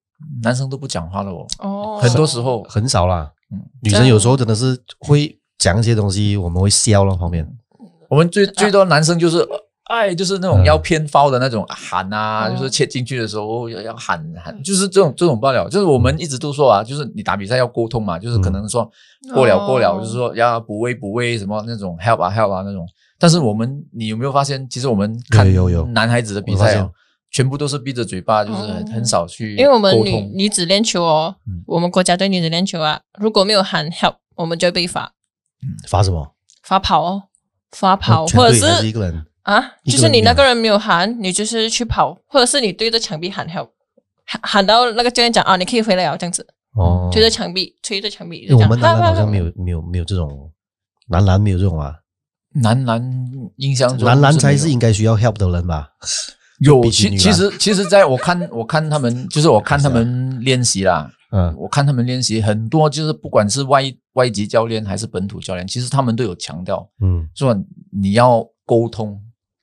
Speaker 2: 男生都不讲话了哦，
Speaker 3: 哦，
Speaker 2: 很多时候
Speaker 1: 很少啦
Speaker 2: 嗯，
Speaker 1: 女生有时候真的是会讲一些东西，我们会笑了旁
Speaker 2: 嗯
Speaker 1: 边，
Speaker 2: 我们
Speaker 3: 啊
Speaker 2: 最最多男生就是。哎，就是那种
Speaker 1: 嗯
Speaker 2: 要偏包的那种喊啊，
Speaker 3: 哦
Speaker 2: 就是切进去的时候哦要要喊
Speaker 3: 嗯
Speaker 2: 喊，就是这种这种不了。就是我
Speaker 1: 嗯
Speaker 2: 们一直都说啊，就是你打比赛要沟通嘛，就是可能说过
Speaker 3: 哦
Speaker 2: 了过了，就是说要补位补位什么那种 help
Speaker 1: 嗯
Speaker 2: 啊 help 啊那种。但是我们，你有没有发现，其实我们看
Speaker 1: 有有有
Speaker 2: 男孩子的比
Speaker 1: 我发
Speaker 2: 赛
Speaker 1: 现
Speaker 2: 哦，全部都是闭着嘴巴，就是很
Speaker 3: 哦
Speaker 2: 很少去
Speaker 3: 因为我们
Speaker 2: 沟
Speaker 3: 女
Speaker 2: 通。
Speaker 3: 女子练球哦
Speaker 2: 嗯，
Speaker 3: 我们国家队女子练球啊，如果没有喊 help，我们就会被罚
Speaker 1: 发什么？
Speaker 3: 罚跑哦，罚跑，
Speaker 1: 全
Speaker 3: 或者
Speaker 1: 队还是一
Speaker 3: 是
Speaker 1: 个人，
Speaker 2: 嗯
Speaker 3: 啊，
Speaker 1: 一个人
Speaker 3: 就是你那个人没有喊，你就是去跑，或者是你对着墙壁喊 help，喊喊到那个教练讲啊，你可以回来了，这样子，
Speaker 1: 哦，
Speaker 3: 推着墙壁，推着墙壁，
Speaker 1: 因为我们男篮好像没
Speaker 3: 有，
Speaker 1: 有没有没有这种，男篮没有这种啊，
Speaker 2: 男篮印象中，
Speaker 1: 男篮才是应该需要 help 的人吧？
Speaker 2: 有
Speaker 1: 比起
Speaker 2: 其
Speaker 1: 女篮
Speaker 2: 其实其实，在我看我看他们，就是我看他们练习啦，
Speaker 1: 嗯，
Speaker 2: 我看他们练习很多，就是不管是外外籍教练还是本土教练，其实他们都有强调
Speaker 1: 嗯
Speaker 2: 说你要沟通，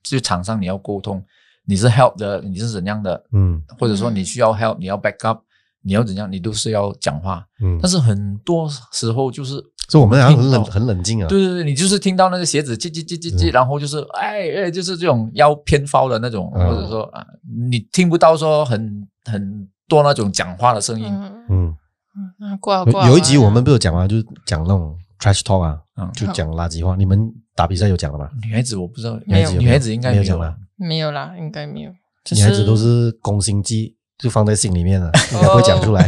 Speaker 2: 就场上你要沟通，你是 help 的，你是怎样的，
Speaker 1: 嗯
Speaker 2: 或者说你
Speaker 3: 嗯
Speaker 2: 需要 help，你要 back up，你要怎样，你都是要讲话。
Speaker 1: 嗯
Speaker 2: 但，是很多时候就是，
Speaker 1: 所以我们好像很
Speaker 2: 听到
Speaker 1: 冷很冷静啊，
Speaker 2: 对对对，你就是听到那个鞋子叽叽叽叽叽，
Speaker 1: 嗯
Speaker 2: 然后就是哎哎，就是这种要偏方的那种，
Speaker 1: 嗯
Speaker 2: 或者说啊，你听不到说很很多那种讲话的声音。
Speaker 3: 嗯，
Speaker 1: 嗯。
Speaker 3: 啊过了过了
Speaker 1: 有有一集我们不是有讲吗？就是讲那种 trash talk 啊，
Speaker 2: 嗯
Speaker 1: 就讲垃圾话。你们打比赛有讲的吗？
Speaker 2: 女孩子我不知道，
Speaker 3: 没有
Speaker 2: 女孩子应该
Speaker 1: 没有
Speaker 2: 有
Speaker 1: 讲吧
Speaker 2: 吧？
Speaker 3: 没有啦，应该没有，只
Speaker 1: 女孩子都是攻心计，就放在心里 面了，啊应该不会讲出来。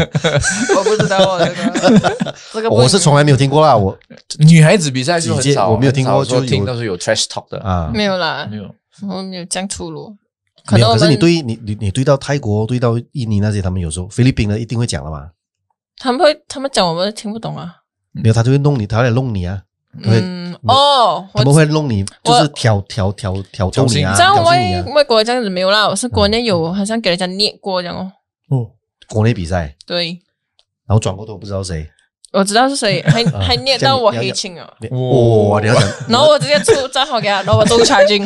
Speaker 3: 我不知道，
Speaker 2: 啊
Speaker 3: 我觉 得哦这个不
Speaker 1: 我是从来没有听过啦，我
Speaker 2: 女孩子比赛就很
Speaker 1: 直接
Speaker 2: 少，啊
Speaker 1: 我没有听过
Speaker 2: 很少说
Speaker 1: 就有
Speaker 2: 听到是有 trash talk 的，
Speaker 1: 啊，
Speaker 3: 没有啦
Speaker 2: 没，有。
Speaker 3: 我没有这样粗鲁，
Speaker 1: 没有。
Speaker 3: 我
Speaker 1: 可是
Speaker 3: 们
Speaker 1: 你对你你你对到泰国、对到印尼那些，他们有时候菲律宾的一定会讲了嘛。
Speaker 3: 他们会他们讲我们听不懂啊，
Speaker 1: 没有，他就会弄你，他会来弄你啊，他会
Speaker 3: 嗯哦，
Speaker 1: 他
Speaker 3: 我
Speaker 1: 们会弄你，
Speaker 3: 我
Speaker 1: 就是挑挑挑挑逗你啊，
Speaker 3: 这样
Speaker 1: 挑衅你
Speaker 3: 外
Speaker 1: 啊。
Speaker 3: 外国这样子没有啦，我是国内有，好像给人家捏过这样哦。
Speaker 1: 哦，国内比赛，
Speaker 3: 对，
Speaker 1: 然后转过头不知道谁，
Speaker 3: 我知道是谁，还
Speaker 1: 啊
Speaker 3: 还捏到我黑青哦。
Speaker 1: 你
Speaker 2: 哇
Speaker 1: 哦，你要讲
Speaker 3: 然后我直接出账号给他，然后我周查金，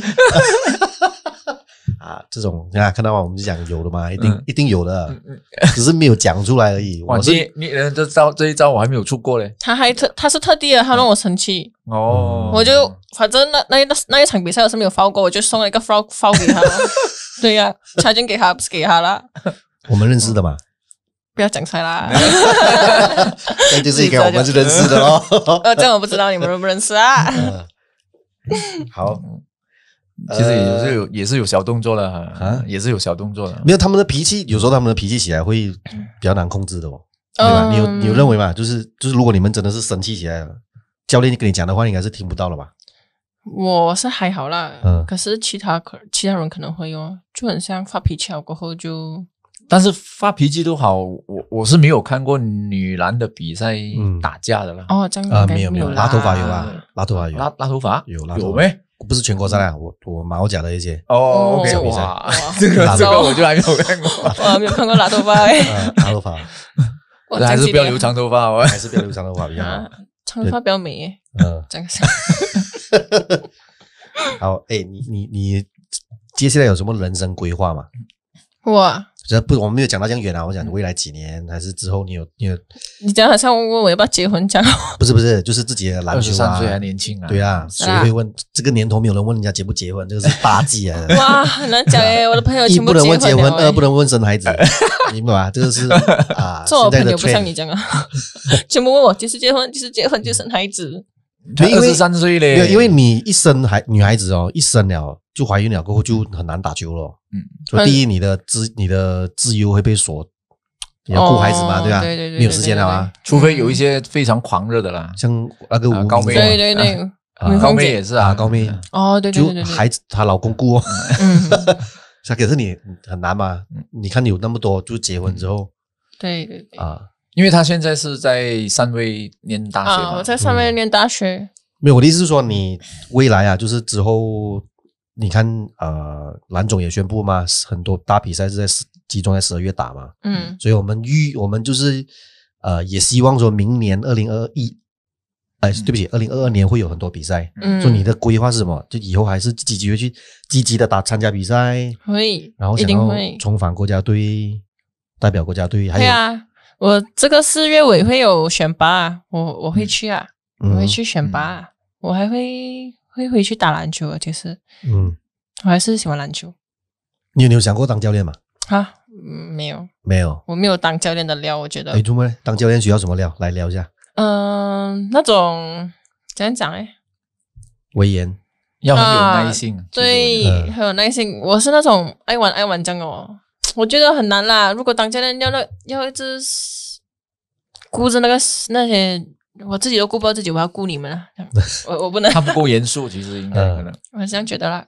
Speaker 1: 啊，这种大家看到吗？我们就讲有的嘛，一定、
Speaker 2: 嗯
Speaker 1: 一定有的，啊只是没有讲出来而已。
Speaker 2: 哇，
Speaker 1: 我是
Speaker 2: 这你人这招这一招我还没有出过嘞。
Speaker 3: 他还特他是特地的，他让我生 气，
Speaker 1: 嗯
Speaker 2: 哦，
Speaker 3: 我就反正那那一那一场比赛我是没有发过，我就送了一个 foul foul 给他。对呀，查金给他不是给他啦，
Speaker 1: 我们认识的嘛，
Speaker 2: 嗯
Speaker 3: 不要讲出 来啦。
Speaker 1: 那就是给我们是认识的 咯。
Speaker 3: 呃，这样我不知道你们认不认识啊。
Speaker 1: 嗯好，
Speaker 2: 其实也是有也是有小动作的
Speaker 1: 呃啊
Speaker 2: 哈，也是有小动作的。
Speaker 1: 没有他们的脾气，有时候他们的脾气起来会比较难控制的哦，对吧？
Speaker 3: 嗯
Speaker 1: 你有你有认为嘛？就是就是，如果你们真的是生气起来了，教练跟你讲的话，应该是听不到了吧？
Speaker 3: 我是还好啦，
Speaker 1: 嗯
Speaker 3: 可是其他可其他人可能会哦，就很像发脾气了啊过后就
Speaker 2: 但是发脾气都好，我我是没有看过女篮的比赛
Speaker 1: 嗯
Speaker 2: 打架的啦。
Speaker 3: 哦这样
Speaker 1: 啊、
Speaker 3: 应该
Speaker 1: 没有没有，
Speaker 3: 啦嗯
Speaker 1: 拉头发有啊，拉头发有，
Speaker 2: 拉拉头发
Speaker 1: 有拉头发
Speaker 2: 有没？
Speaker 1: 不是全国赛啊，我我马六甲的一 些。
Speaker 2: 哦，OK，
Speaker 1: 哦
Speaker 2: 哇
Speaker 3: 哇，
Speaker 2: 这 个
Speaker 1: 拉头发
Speaker 2: 这个我就还没有看过，
Speaker 3: 我没有看过拉头发欸，
Speaker 2: 嗯
Speaker 1: 呃， 拉头发
Speaker 3: 我
Speaker 2: 还是不要留
Speaker 3: 长
Speaker 2: 长头发吧。
Speaker 1: 还是不要留长头发比较好
Speaker 3: 啊。，长头发比较美欸，
Speaker 1: 嗯，
Speaker 3: 这样子
Speaker 1: 好，哎，你你你接下来有什么人生规划吗？
Speaker 3: 哇，
Speaker 1: 这不，我们没有讲到这样远啊。我
Speaker 2: 嗯
Speaker 1: 讲未来几年，还是之后你有你有，
Speaker 3: 你这样好像问我要不要结婚这样，
Speaker 1: 不是不是，就是自己的篮
Speaker 2: 二十
Speaker 1: 球
Speaker 2: 三
Speaker 1: 啊
Speaker 2: 岁，还年轻啊，
Speaker 1: 对啊，谁会问这个年头没有人问人家结不结婚，这个是大忌 啊。
Speaker 3: 哇，很难讲诶，我的 朋友
Speaker 1: 一
Speaker 3: 全部
Speaker 1: 不能问结
Speaker 3: 婚
Speaker 1: 婚，
Speaker 3: 了
Speaker 1: 二
Speaker 3: 诶
Speaker 1: 不能问生孩子，明白吧？这 个是啊，
Speaker 3: 做我
Speaker 1: 现在
Speaker 3: 朋
Speaker 1: 的
Speaker 3: 友不像你
Speaker 1: trend。
Speaker 3: 这样啊， 全部问我几时结婚，几时结婚就生孩子，
Speaker 2: 他
Speaker 1: 因
Speaker 2: 二
Speaker 1: 为
Speaker 2: 十三岁
Speaker 1: 没有，
Speaker 2: 嘞，
Speaker 1: 因为你一生孩女孩子哦，一生了就怀孕了，过后就很难打球了。
Speaker 2: 嗯，
Speaker 1: 所以第一，你的自你的自由会被锁，你要顾孩子嘛，
Speaker 3: 哦
Speaker 1: 对吧？
Speaker 3: 对对对
Speaker 1: 没有时间了啊。
Speaker 2: 除非有一些非常狂热的啦，
Speaker 1: 像那个
Speaker 2: 啊
Speaker 1: 吴
Speaker 2: 高
Speaker 1: 明
Speaker 2: 妹
Speaker 1: 啊
Speaker 3: 对对对，
Speaker 1: 啊
Speaker 3: 明
Speaker 2: 高
Speaker 3: 峰
Speaker 2: 妹
Speaker 3: 姐
Speaker 2: 也是
Speaker 1: 啊，
Speaker 2: 啊，
Speaker 1: 高妹
Speaker 3: 哦对对
Speaker 1: 就
Speaker 3: 对对对，
Speaker 1: 孩子她老公顾哦。
Speaker 3: 嗯，
Speaker 1: 是啊可是你很难嘛
Speaker 2: 嗯，
Speaker 1: 你看你有那么多，就结婚之后
Speaker 3: 对对 对
Speaker 1: 啊，
Speaker 2: 因为他现在是在三位念大学
Speaker 3: 啊，
Speaker 2: 嘛
Speaker 3: 我在上
Speaker 1: 嗯
Speaker 3: 面念大学，
Speaker 1: 没有，我的意思是说，你未来啊，就是之后，你看，呃，蓝总也宣布嘛，很多大比赛是在十集中在十二月打嘛，
Speaker 3: 嗯
Speaker 1: 所以我们预我们就是，呃，也希望说明年二零二一，哎，对不起，二零二二年会有很多比赛。
Speaker 3: 嗯，
Speaker 1: 说你的规划是什么？就以后还是积极的去积极的打参加比赛，
Speaker 3: 会，
Speaker 1: 然后
Speaker 3: 一
Speaker 1: 想
Speaker 3: 定
Speaker 1: 要
Speaker 3: 会，
Speaker 1: 重返国家队，代表国家队，还
Speaker 3: 对
Speaker 1: 有、
Speaker 3: 啊，我这个四月尾会有选拔啊，我我会去啊，我
Speaker 1: 嗯
Speaker 3: 会去选拔啊，我还会会回去打篮球啊，其实
Speaker 1: 嗯，
Speaker 3: 我还是喜欢篮球
Speaker 1: 你有你有想过当教练吗？
Speaker 3: 啊，嗯没有，
Speaker 1: 没有。
Speaker 3: 我没有当教练的料，我觉得
Speaker 1: 哎，，怎么呢当教练需要什么料？来聊一下。
Speaker 3: 嗯，那种怎样讲哎，
Speaker 1: 威严，
Speaker 2: 要很有耐心。其实
Speaker 3: 啊对，
Speaker 1: 嗯
Speaker 3: 很有耐心，我是那种爱玩爱玩这样的哦，我觉得很难啦，如果当教练要那要一直顾着那个那些。我自己都顾不到自己，我还要顾你们啊！ 这样我我不能
Speaker 2: 我觉得，他不够严肃，其实应该
Speaker 1: 嗯
Speaker 2: 可能
Speaker 3: 我是这样觉得 啦。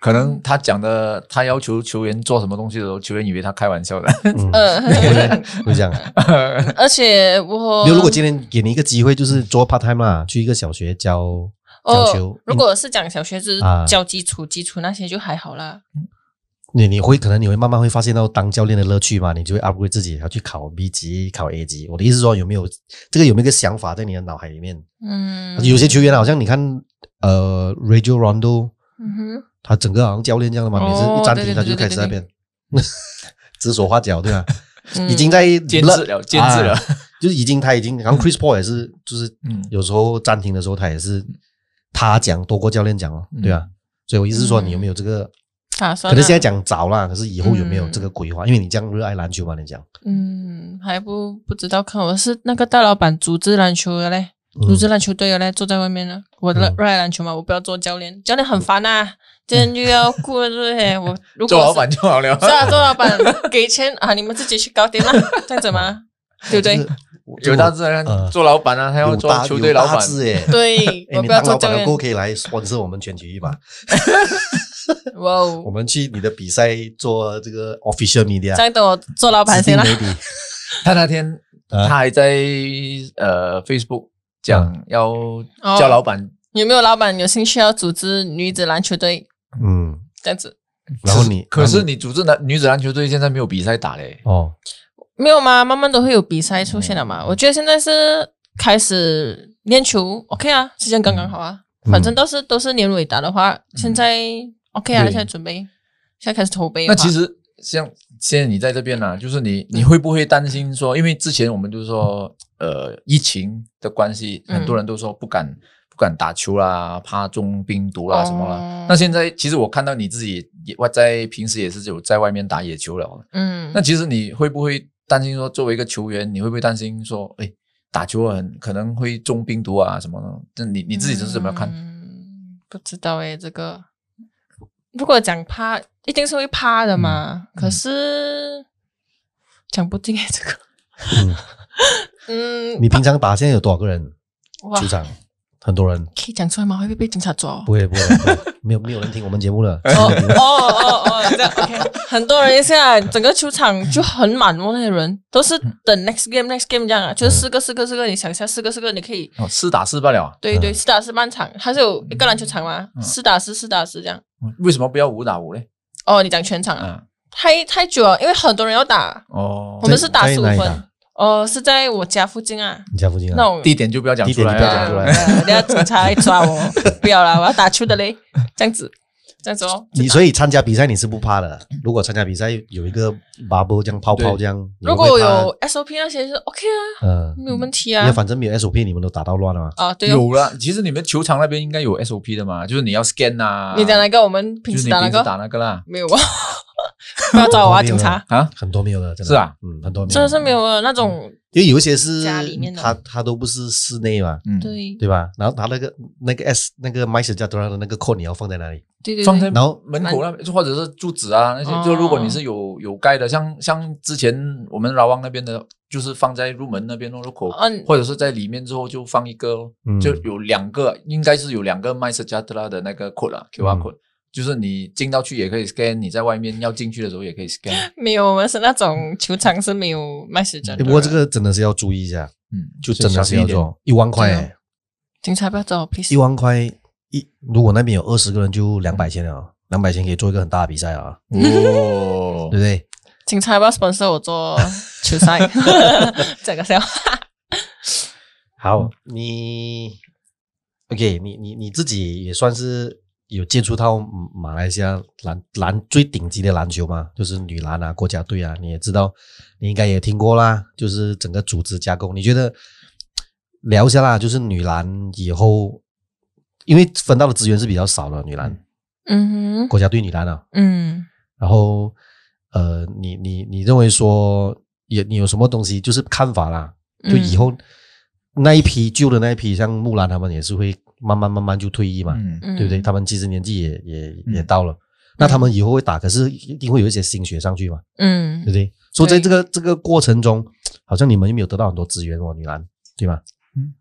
Speaker 2: 可能他讲的，他要求球员做什么东西的时候，球员以为他开玩笑的。
Speaker 1: 嗯，
Speaker 3: 呃，
Speaker 1: 会这样。啊
Speaker 3: 而且我
Speaker 1: 就如果今天给你一个机会，就是做 part time 啦，去一个小学教教球
Speaker 3: 哦，，如果是讲小学就是
Speaker 1: 啊
Speaker 3: 教基础、基础那些就还好啦。
Speaker 1: 你你会可能你会慢慢会发现到当教练的乐趣嘛，你就会 upgrade 自己，然后去考 B 级、考 A 级。我的意思是说，有没有这个有没有一个想法在你的脑海里面？
Speaker 3: 嗯，
Speaker 1: 有些球员好像你看，呃，Radio Rondo，
Speaker 3: 嗯哼，
Speaker 1: 他整个好像教练这样的嘛，
Speaker 3: 哦
Speaker 1: 每次一暂停
Speaker 3: 对对
Speaker 1: 他就
Speaker 3: 对对
Speaker 1: 开始
Speaker 3: 对
Speaker 1: 在那
Speaker 3: 对
Speaker 1: 边 指手画脚，对吧？
Speaker 3: 嗯
Speaker 1: 已经在
Speaker 2: 监制了监制了
Speaker 1: 啊就是已经他已经，然
Speaker 3: 嗯
Speaker 1: 后 Chris Paul 也是，就是
Speaker 2: 嗯
Speaker 1: 有时候暂停的时候，他也是他讲多过教练讲哦，
Speaker 2: 嗯
Speaker 1: 对啊，所以我意思是说，你有没有这个？
Speaker 3: 打算
Speaker 1: 可
Speaker 3: 啊
Speaker 1: 能现在讲早啦，可是以后有没有
Speaker 3: 嗯
Speaker 1: 这个规划？因为你这样热爱篮球嘛，你讲，
Speaker 3: 嗯还不不知道看我是那个大老板组织篮球的嘞，组织
Speaker 1: 嗯
Speaker 3: 篮球队的嘞，坐在外面呢。我热
Speaker 1: 嗯
Speaker 3: 热爱篮球嘛，我不要做教练，教练很烦呐，今天又要顾这 些。我如果
Speaker 2: 做老
Speaker 3: 是
Speaker 2: 板就好了
Speaker 3: 是。
Speaker 1: 哎
Speaker 3: 啊，做老板给钱啊，你们自己去 搞定啦，这样子吗？对不啊对？
Speaker 2: 有大自然
Speaker 1: 呃
Speaker 2: 做老板啊，他要
Speaker 1: 有
Speaker 2: 做
Speaker 1: 大
Speaker 2: 球队老
Speaker 1: 有大
Speaker 2: 板。
Speaker 1: 志 耶。
Speaker 3: 对，
Speaker 1: 哎，
Speaker 3: 我
Speaker 1: 你
Speaker 3: 不要
Speaker 1: 当
Speaker 3: 做
Speaker 1: 老
Speaker 3: 教
Speaker 1: 板的
Speaker 3: 练
Speaker 1: 过。后可以来 sponsor 我们全体育吧？
Speaker 3: 哇哦
Speaker 1: 我！们去你的比赛做这个 official media，
Speaker 3: 这样等我做老板
Speaker 1: 指
Speaker 3: 先
Speaker 1: 定
Speaker 3: 啦。
Speaker 1: 媒体。
Speaker 2: 他那天
Speaker 1: 啊
Speaker 2: 他还在呃 Facebook 讲要
Speaker 3: 哦
Speaker 2: 叫老板
Speaker 3: 有没有老板有兴趣要组织女子篮球队
Speaker 1: 嗯，
Speaker 3: 这样子？
Speaker 1: 然后你，
Speaker 2: 可是
Speaker 1: 然后
Speaker 2: 你组织男女子篮球队现在没有比赛打嘞，
Speaker 1: 哦，
Speaker 3: 没有吗？慢慢都会有比赛出现了
Speaker 2: 嗯
Speaker 3: 嘛。我觉得现在是开始练球，OK 啊，时间刚刚好啊。
Speaker 1: 嗯
Speaker 3: 反正都是都是年尾打的话，
Speaker 2: 嗯
Speaker 3: 现在 OK 啊，
Speaker 1: 对
Speaker 3: 现在准备，现在开始筹备的
Speaker 2: 那
Speaker 3: 话。
Speaker 2: 其实像现在你在这边呢、啊就是你你会不会担心说，因为之前我们就是说，呃，疫情的关系，
Speaker 3: 嗯
Speaker 2: 很多人都说不敢、不敢打球啦，怕中病毒啦
Speaker 3: 哦
Speaker 2: 什么啦。那现在其实我看到你自己也外在平时也是有在外面打野球了，
Speaker 3: 嗯
Speaker 2: 那，其实你会不会担心说，作为一个球员，你会不会担心说，哎，打球很可能会中病毒啊什么的？这你你自己是怎么看？
Speaker 3: 嗯不知道诶、这个如果讲怕，一定是会怕的
Speaker 2: 嗯
Speaker 3: 嘛。可是讲不定诶、这个，
Speaker 1: 嗯，
Speaker 3: 嗯，
Speaker 1: 你平常打现在有多少个人？
Speaker 3: 哇
Speaker 1: 球，场很多人，
Speaker 3: 可以讲出来吗？会不会被警察抓哦？
Speaker 1: 不会不会，不会没有没有人听我们节目 了。
Speaker 3: 哦哦哦，这样 OK。很多人现在整个球场就很满哦，那些人都是
Speaker 2: 嗯
Speaker 3: 等 next game next game 这样啊，就是四个四个四个，你想一下，四个四个你可以
Speaker 2: 哦，四打四罢了啊，
Speaker 3: 对对，四打四半场，还是有一个篮球场嘛，
Speaker 2: 嗯
Speaker 3: 四打四四打四这样。
Speaker 2: 为什么不要五打五嘞？
Speaker 3: 哦，你讲全场啊？
Speaker 2: 啊，
Speaker 3: 太太久啊了，因为很多人要打，
Speaker 2: 哦，
Speaker 3: 我们是打
Speaker 1: 在
Speaker 3: 十五
Speaker 1: 哪里
Speaker 3: 分
Speaker 1: 打。
Speaker 3: 哦，是在我家附近啊，
Speaker 1: 你家附近
Speaker 3: 那
Speaker 1: 啊？
Speaker 3: 种
Speaker 2: 地点就不要讲出来
Speaker 1: 地点就不要讲出
Speaker 2: 啊。
Speaker 1: 来
Speaker 3: 啊等下警察来抓我，不要啦，我要打球的嘞，这样子。这样子哦。
Speaker 1: 你所以参加比赛你是不怕的。如果参加比赛有一个 bubble 这样泡泡这样，你会
Speaker 3: 如
Speaker 1: 不会
Speaker 3: 果
Speaker 1: 怕
Speaker 3: 有 SOP 那些是 OK 啊，
Speaker 1: 嗯，
Speaker 3: 没有问题
Speaker 1: 因为
Speaker 3: 啊。
Speaker 1: 反正没有 SOP，你们都打到乱了嘛。
Speaker 3: 啊，对哦，
Speaker 2: 有了，其实你们球场那边应该有 SOP 的嘛，就是你要 scan 啊，
Speaker 3: 你讲哪个？我们
Speaker 2: 就
Speaker 3: 平
Speaker 2: 是
Speaker 3: 时
Speaker 2: 你
Speaker 3: 打哪
Speaker 2: 平时
Speaker 3: 个？
Speaker 2: 打那个啦，
Speaker 3: 没有啊， 不要找我啊，
Speaker 1: 没有
Speaker 3: 警
Speaker 1: 啊
Speaker 3: 察。
Speaker 2: 啊，
Speaker 1: 很多没有了，真的
Speaker 2: 是啊，
Speaker 1: 嗯，很多没有，嗯
Speaker 3: 真的是没有了那种
Speaker 1: 因为有一些是
Speaker 3: 家里面的
Speaker 1: 它它都不是室内嘛，
Speaker 2: 嗯，
Speaker 3: 对
Speaker 1: 对吧？然后它那个那个 S 那个 m y s 加多拉的那个 code 你要放在哪里？
Speaker 3: 对对
Speaker 2: 放在
Speaker 3: 对，
Speaker 1: 然后
Speaker 2: 门口那边，或者是柱子啊那些，
Speaker 3: 哦
Speaker 2: 就如果你是有有盖的，像像之前我们老王那边的，就是放在入门那边咯，入口，
Speaker 3: 嗯
Speaker 2: 或者是在里面之后就放一个咯
Speaker 1: 嗯，
Speaker 2: 就有两个，应该是有两个麦斯加特拉的那个 code 啦，QR
Speaker 1: 嗯
Speaker 2: code，就是你进到去也可以 scan，你在外面要进去的时候也可以 scan，
Speaker 3: 没有，我们是那种球场是没有卖时针
Speaker 1: 诶哎
Speaker 3: 的。
Speaker 1: 不过这个真的是要注意一下，
Speaker 2: 嗯，
Speaker 1: 就真的是
Speaker 2: 所以小心
Speaker 1: 要
Speaker 2: 一点。
Speaker 1: 做一万块、欸
Speaker 3: 对啊警察不要找我，please
Speaker 1: 一。万块一，如果那边有二十个人就两百千了，啊两百千可以做一个很大的比赛啊，
Speaker 2: 哦
Speaker 1: 对不，对？
Speaker 3: 警察要不要 sponsor 我做 球赛？ 这个笑。
Speaker 1: 好，你 OK，你你你自己也算是有接触到嗯马来西亚篮篮最顶级的篮球嘛，就是女篮啊、国家队啊，你也知道，你应该也听过啦，就是整个组织架构，你觉得聊一下啦，就是女篮以后，因为分到的资源是比较少的，女篮、
Speaker 3: 嗯哼，
Speaker 1: 国家队女篮啊，
Speaker 3: 嗯，
Speaker 1: 然后呃，你你你认为说也你有什么东西就是看法啦？就
Speaker 3: 嗯
Speaker 1: 以后那一批旧的那一批，像木兰他们也是会慢慢慢慢就退役嘛，
Speaker 2: 嗯，
Speaker 3: 嗯
Speaker 1: 对不对？他们其实年纪也也
Speaker 2: 嗯
Speaker 1: 也到了，那他们以后会打，可是一定会有一些新血上去嘛，
Speaker 3: 嗯
Speaker 1: 对不，对？所以在
Speaker 3: 对
Speaker 1: 这个这个过程中，好像你们又没有得到很多资源哦，女篮对吧？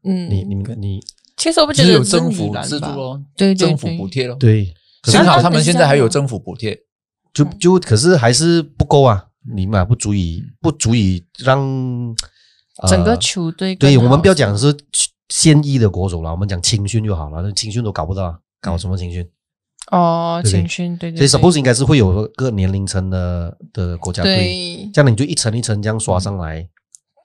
Speaker 3: 嗯，
Speaker 1: 你你们你
Speaker 3: 其实我不
Speaker 2: 就
Speaker 3: 觉
Speaker 2: 是
Speaker 3: 得
Speaker 2: 有
Speaker 3: 是
Speaker 2: 政
Speaker 3: 女
Speaker 2: 府
Speaker 3: 篮
Speaker 2: 资助
Speaker 3: 吧
Speaker 2: 哦，
Speaker 3: 对对
Speaker 2: 政府
Speaker 3: 对
Speaker 2: 补贴咯，，
Speaker 1: 对，可是
Speaker 2: 幸
Speaker 3: 那
Speaker 2: 好
Speaker 3: 那
Speaker 2: 他们
Speaker 3: 等一
Speaker 2: 现
Speaker 3: 下
Speaker 2: 在还有
Speaker 3: 呢
Speaker 2: 政府补贴，
Speaker 1: 就
Speaker 3: 嗯
Speaker 1: 就可是还是不够啊，你们啊不足以不足以让、呃
Speaker 3: 整个球队更
Speaker 1: 对
Speaker 3: 好，
Speaker 1: 我们不要讲是现役的国手了，我们讲青训就好了。那青训都搞不到啊，搞什么青训？
Speaker 3: 哦，
Speaker 1: 对不对
Speaker 3: 青训嗯对对
Speaker 1: 所以
Speaker 3: 对
Speaker 1: suppose 应该是会有各年龄层的的国家队，
Speaker 3: 对，
Speaker 1: 这样你就一层一层这样刷上来。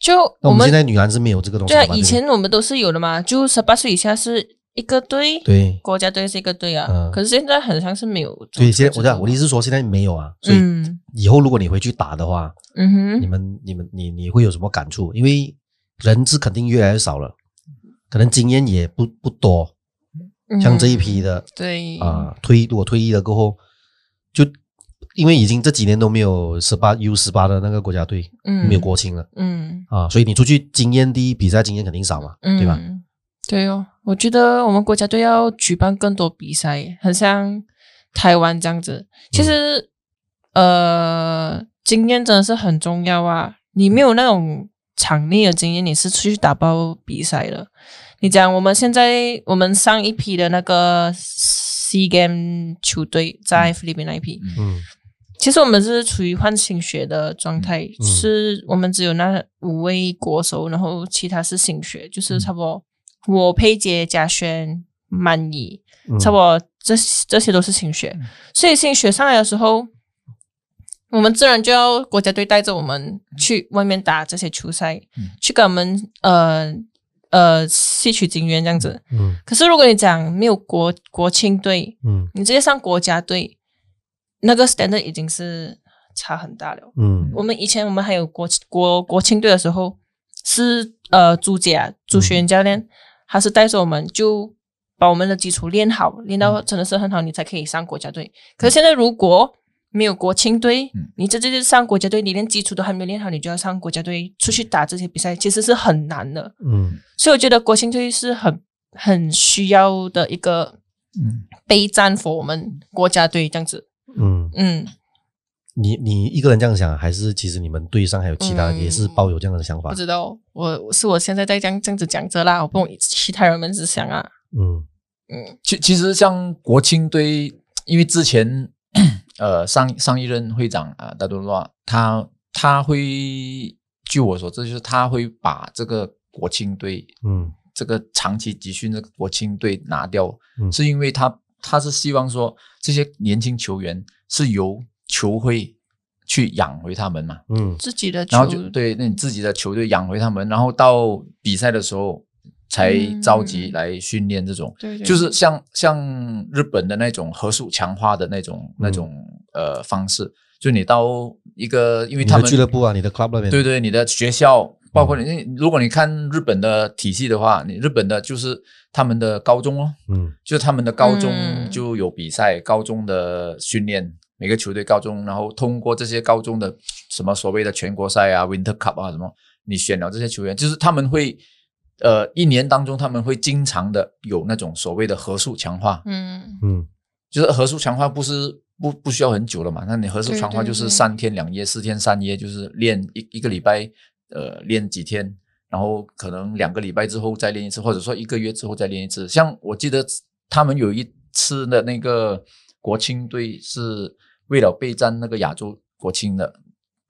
Speaker 3: 就
Speaker 1: 那我
Speaker 3: 我
Speaker 1: 们
Speaker 3: 们
Speaker 1: 现在女篮是没有这个东西
Speaker 3: 对
Speaker 1: 的
Speaker 3: 啊
Speaker 1: 嘛，，对
Speaker 3: 以
Speaker 1: 不对
Speaker 3: 前我们都是有的嘛，就十八岁以下是一个队，
Speaker 1: 对
Speaker 3: 国家队是一个队啊
Speaker 1: 嗯，
Speaker 3: 可是现在好像是没有这种
Speaker 1: 对，
Speaker 3: 制
Speaker 1: 现
Speaker 3: 度
Speaker 1: 在我
Speaker 3: 嘛。
Speaker 1: 在我的意思是说现在没有啊，所以
Speaker 3: 嗯
Speaker 1: 以后如果你回去打的话，
Speaker 3: 嗯
Speaker 1: 你
Speaker 3: 哼，
Speaker 1: 们你们你你会有什么感触？因为人是肯定越来越少了，可能经验也不不多，
Speaker 3: 嗯
Speaker 1: 像这一批的
Speaker 3: 对
Speaker 2: 嗯
Speaker 1: 啊、退如果退役了过后，就因为已经这几年都没有十八 U 十八的那个国家队，
Speaker 3: 嗯
Speaker 1: 没有国青了
Speaker 3: 嗯
Speaker 1: 啊，所以你出去经验第一，比赛经验肯定少嘛，
Speaker 3: 嗯
Speaker 1: 对吧？？
Speaker 3: 对哦，我觉得我们国家队要举办更多比赛，很像台湾这样子。其实，
Speaker 1: 嗯
Speaker 3: 呃，经验真的是很重要啊。你没有那种场内的经验，你是出去打包比赛的。你讲我们现在我们上一批的那个 C Game 球队在菲律宾那一批，
Speaker 1: 嗯
Speaker 3: 其实我们是处于换新学的状态，
Speaker 1: 嗯
Speaker 3: 是我们只有那五位国手，然后其他是新学，
Speaker 1: 嗯
Speaker 3: 就是差不多我佩杰、嘉轩、曼怡，
Speaker 1: 嗯，
Speaker 3: 差不多这这些都是新学，所以新学上来的时候，我们自然就要国家队带着我们去外面打这些球赛，
Speaker 2: 嗯
Speaker 3: 去跟我们呃呃吸取经验这样子。
Speaker 1: 嗯
Speaker 3: 可是如果你讲没有国国青队，
Speaker 1: 嗯
Speaker 3: 你直接上国家队，那个 standard 已经是差很大了。
Speaker 1: 嗯
Speaker 3: 我们以前我们还有国国国青队的时候，是呃朱姐啊朱学元教练，他是带着我们就把我们的基础练好，练到真的是很好，你才可以上国家队。可是现在如果没有国青队
Speaker 2: 嗯，
Speaker 3: 你这就是上国家队，你连基础都还没有练好，你就要上国家队出去打这些比赛，其实是很难的。
Speaker 1: 嗯
Speaker 3: 所以我觉得国青队是很很需要的一个
Speaker 2: 嗯，
Speaker 3: 备战 for 我们国家队这样子。
Speaker 1: 嗯，
Speaker 3: 嗯，
Speaker 1: 你你一个人这样想，还是其实你们队上还有其他
Speaker 3: 嗯
Speaker 1: 也是抱有这样的想法
Speaker 3: 不？知道，我是我现在在这样这样子讲着啦，我不懂其他人们只想啊。
Speaker 1: 嗯
Speaker 3: 嗯
Speaker 2: 其其实像国青队，因为之前 呃上上一任会长啊大多罗，他他会据我所知，就是他会把这个国青队
Speaker 1: 嗯
Speaker 2: 这个长期集训这个国青队拿掉，
Speaker 1: 嗯
Speaker 2: 是因为他他是希望说这些年轻球员是由球会去养回他们嘛，
Speaker 1: 嗯
Speaker 3: 自己的球
Speaker 2: 然后就对那你自己的球队养回他们，然后到比赛的时候，才召集
Speaker 3: 嗯
Speaker 2: 来训练这种，
Speaker 3: 对对，
Speaker 2: 就是像像日本的那种合宿强化的那种那
Speaker 1: 嗯
Speaker 2: 种呃方式，就你到一个，因为
Speaker 1: 你
Speaker 2: 他
Speaker 1: 的
Speaker 2: 们
Speaker 1: 俱乐部啊，你的嗯 club 那边，
Speaker 2: 对对，你的学校，包括你，如果你看日本的体系的话，你日本的就是他们的高中哦，
Speaker 1: 嗯，
Speaker 2: 就是他们的高中
Speaker 3: 嗯
Speaker 2: 就有比赛，高中的训练，每个球队高中，然后通过这些高中的什么所谓的全国赛啊、Winter Cup 啊什么，你选了这些球员，就是他们会。呃，一年当中他们会经常的有那种所谓的合数强化，
Speaker 3: 嗯
Speaker 1: 嗯
Speaker 2: 就是合宿强化不是不不需要很久了嘛？那你合宿强化
Speaker 3: 对对
Speaker 2: 就是
Speaker 3: 对
Speaker 2: 三天两夜、四天三夜，就是练一一个礼拜，呃，练几天，然后可能两个礼拜之后再练一次，或者说一个月之后再练一次。像我记得他们有一次的那个国青队是为了备战那个亚洲国青的。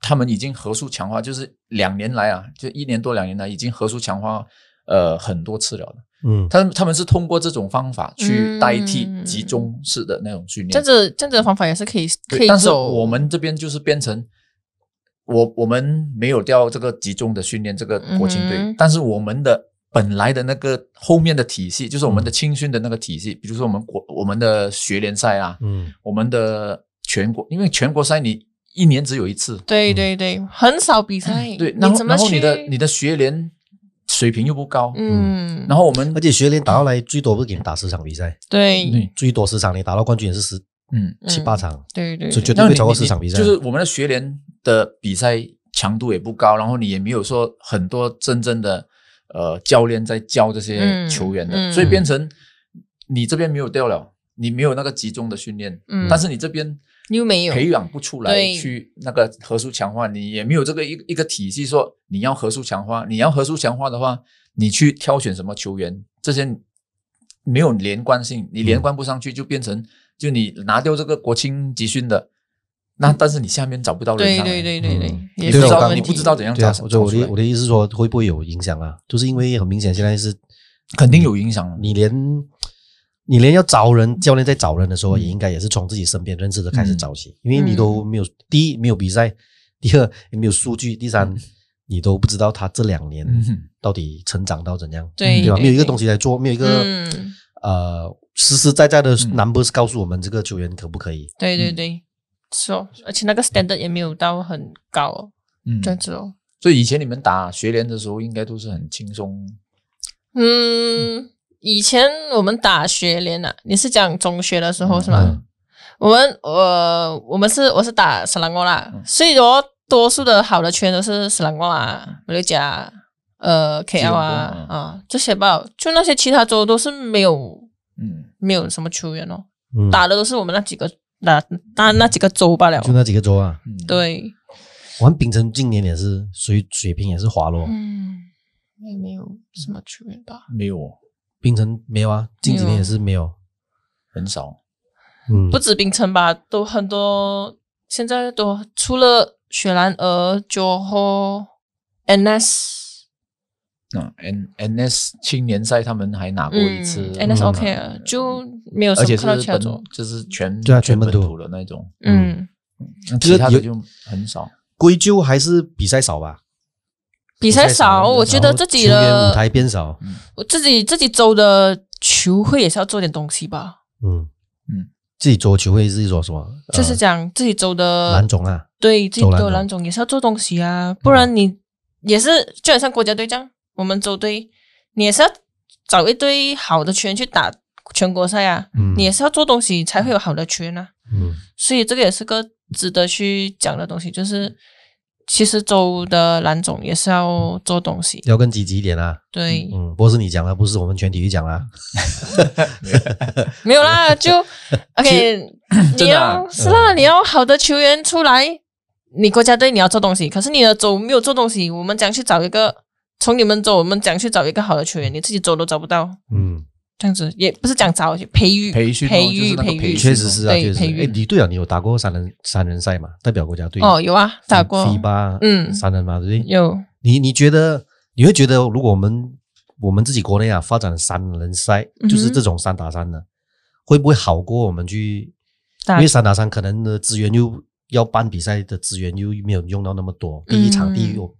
Speaker 2: 他们已经合宿强化，就是两年来啊，就一年多两年来，已经合宿强化呃很多次了的。
Speaker 1: 嗯，
Speaker 2: 他们他们是通过这种方法去代替
Speaker 3: 嗯
Speaker 2: 集中式的那种训练。
Speaker 3: 这样子这样子的方法也是可以
Speaker 2: 对
Speaker 3: 可以
Speaker 2: 但是
Speaker 3: 走，
Speaker 2: 我们这边就是变成我我们没有掉这个集中的训练这个国青队，
Speaker 3: 嗯哼
Speaker 2: 但是我们的本来的那个后面的体系，就是我们的青训的那个体系，比如说我们国我们的学联赛啊，
Speaker 1: 嗯
Speaker 2: 我们的全国，因为全国赛你一年只有一次，
Speaker 3: 对对对，很少比赛，
Speaker 2: 哎对，然
Speaker 3: 你
Speaker 2: 后
Speaker 3: 怎么
Speaker 2: 然后
Speaker 3: 去
Speaker 2: 你的你的学联水平又不高，
Speaker 3: 嗯，
Speaker 2: 然后我们
Speaker 1: 而且学联打到来最多不是给你打十场比赛，
Speaker 3: 对
Speaker 2: 对
Speaker 1: 最多十场，你打到冠军也是十
Speaker 2: 嗯。
Speaker 1: 七八场，
Speaker 3: 对对
Speaker 1: 就
Speaker 3: 对
Speaker 1: 绝
Speaker 2: 那
Speaker 1: 对会
Speaker 2: 你
Speaker 1: 超过
Speaker 2: 你
Speaker 1: 十场比赛。
Speaker 2: 就是我们的学联的比赛强度也不高，然后你也没有说很多真正的呃教练在教这些
Speaker 3: 嗯
Speaker 2: 球员的，
Speaker 3: 嗯
Speaker 2: 所以变成你这边没有掉了，你没有那个集中的训练，
Speaker 3: 嗯
Speaker 2: 但是你这边
Speaker 3: 又没有
Speaker 2: 培养不出来
Speaker 3: 对
Speaker 2: 去那个合数强化，你也没有这个一一个体系说你要合数强化，你要合数强化的话，你去挑选什么球员，这些没有连贯性，
Speaker 3: 嗯
Speaker 2: 你连贯不上去，就变成就你拿掉这个国青集训的，那但是你下面找不到人
Speaker 3: 对
Speaker 2: 上来，
Speaker 3: 对对对对
Speaker 1: 嗯，
Speaker 3: 也
Speaker 2: 你
Speaker 1: 对
Speaker 2: 不
Speaker 1: 我
Speaker 2: 知
Speaker 1: 刚
Speaker 2: 道
Speaker 1: 刚
Speaker 2: 你不知道怎样
Speaker 1: 对
Speaker 2: 找
Speaker 1: 啊，
Speaker 2: 找
Speaker 1: 我就我
Speaker 2: 出
Speaker 1: 的
Speaker 2: 来
Speaker 1: 我，的意思是说会不会有影响啊？就是因为很明显现在是
Speaker 2: 肯定有影响了。
Speaker 1: 你连你连要找人教练在找人的时候，
Speaker 2: 嗯
Speaker 1: 也应该也是从自己身边认识的开始找起，因为你
Speaker 3: 嗯
Speaker 1: 都没有第一没有比赛，第二也没有数据，第三你都不知道他这两年
Speaker 2: 嗯哼
Speaker 1: 到底成长到怎样，
Speaker 2: 嗯
Speaker 3: 对
Speaker 1: 对吧？没有一个东
Speaker 3: 西，
Speaker 1: 西来做，没有一个
Speaker 3: 嗯
Speaker 1: 呃实实在在的
Speaker 2: 嗯
Speaker 1: numbers 告诉我们这个球员可不可以。
Speaker 3: 对对对，是哦，而且那个 standard 也没有到很高哦，
Speaker 2: 嗯
Speaker 3: 这样子哦，
Speaker 2: 所以以前你们打学联的时候，应该都是很轻松，
Speaker 3: 嗯，以前我们打学联啊，你是讲中学的时候是吗？
Speaker 2: 嗯
Speaker 3: 我们呃，我们是我是打斯兰哥啦
Speaker 2: 嗯，
Speaker 3: 所以我多数的好的圈都是斯兰哥啦、马六甲、呃 KL
Speaker 2: 吉隆
Speaker 3: 啊
Speaker 2: 坡
Speaker 3: 啊这些吧，就那些其他州都是没有
Speaker 2: 嗯，
Speaker 3: 没有什么球员哦，
Speaker 1: 嗯，
Speaker 3: 打的都是我们那几个打打那几个州罢了。
Speaker 1: 就那几个州啊，
Speaker 2: 嗯，
Speaker 3: 对，
Speaker 1: 我们秉承今年也是水水平也是滑落，
Speaker 3: 嗯，也没有什么球员吧。
Speaker 2: 没有哦，
Speaker 1: 秉承没有啊，近几年也是没有，
Speaker 2: 很少，
Speaker 1: 嗯
Speaker 3: 不，止冰城吧，都很多，现在都除了雪兰莪、Johor、NS，
Speaker 2: 那啊 N N S 青年赛他们还拿过一次呃
Speaker 3: 嗯、NS
Speaker 1: 嗯
Speaker 3: OK 了，就没有什
Speaker 2: 而且
Speaker 3: 么
Speaker 2: 是
Speaker 3: 看到其他
Speaker 2: 本
Speaker 3: 种，
Speaker 2: 就是全
Speaker 1: 对啊全
Speaker 2: 全
Speaker 1: 本
Speaker 2: 本
Speaker 1: 土
Speaker 2: 土的那种，
Speaker 3: 嗯，
Speaker 2: 那
Speaker 1: 就是
Speaker 2: 其他的
Speaker 1: 有
Speaker 2: 就很少。
Speaker 1: 归咎还是比赛少吧。
Speaker 3: 比赛少，我觉得自己
Speaker 1: 然后球员舞
Speaker 3: 的
Speaker 1: 台变少，
Speaker 3: 我自己自己州的球会也是要做点东西吧，
Speaker 1: 嗯
Speaker 2: 嗯，
Speaker 1: 自己做球会是一种什么？呃
Speaker 3: 就是讲自己州的
Speaker 1: 蓝总啊，
Speaker 3: 对，自己
Speaker 1: 走廊
Speaker 3: 都有
Speaker 1: 的
Speaker 3: 那种也是要做东西啊，不然你也是就很像国家队这样，我们州队你也是要找一堆好的球员去打全国赛啊，
Speaker 1: 嗯，
Speaker 3: 你也是要做东西才会有好的球员啊，
Speaker 1: 嗯
Speaker 3: 所以这个也是个值得去讲的东西，就是其实州的蓝总也是要做东西，
Speaker 1: 要更积极一点啊。
Speaker 3: 对，
Speaker 1: 嗯，不是你讲了，不是我们全体育讲啊啦。
Speaker 3: 没有啦， 就 OK，你
Speaker 2: 真的啊
Speaker 3: 要是啦，你要好的球员出来，你国家队你要做东西，可是你的州没有做东西，我们讲去找一个从你们州，我们讲去找一个好的球员，你自己州都找不到，
Speaker 1: 嗯，
Speaker 3: 这样子也不是讲找培育
Speaker 2: 培训哦
Speaker 3: 培
Speaker 2: 就是
Speaker 3: 育
Speaker 2: 那个
Speaker 3: 培
Speaker 2: 培
Speaker 3: 育
Speaker 2: 训
Speaker 1: 确实是啊，
Speaker 3: 对
Speaker 1: 确实是。
Speaker 3: 培育
Speaker 1: 哎，你对啊，你有打过三人三人赛嘛？代表国家队
Speaker 3: 哦，有啊，打过
Speaker 1: ，FIBA
Speaker 3: 嗯
Speaker 1: 三人嘛，对不对？
Speaker 3: 有
Speaker 1: 你你觉得你会觉得，如果我们我们自己国内啊发展三人赛，
Speaker 3: 嗯哼
Speaker 1: 就是这种三打三的，会不会好过我们去？因
Speaker 3: 打
Speaker 1: 为三打三可能的资源又要办比赛的资源又没有用到那么多，第一场
Speaker 3: 嗯
Speaker 1: 第一有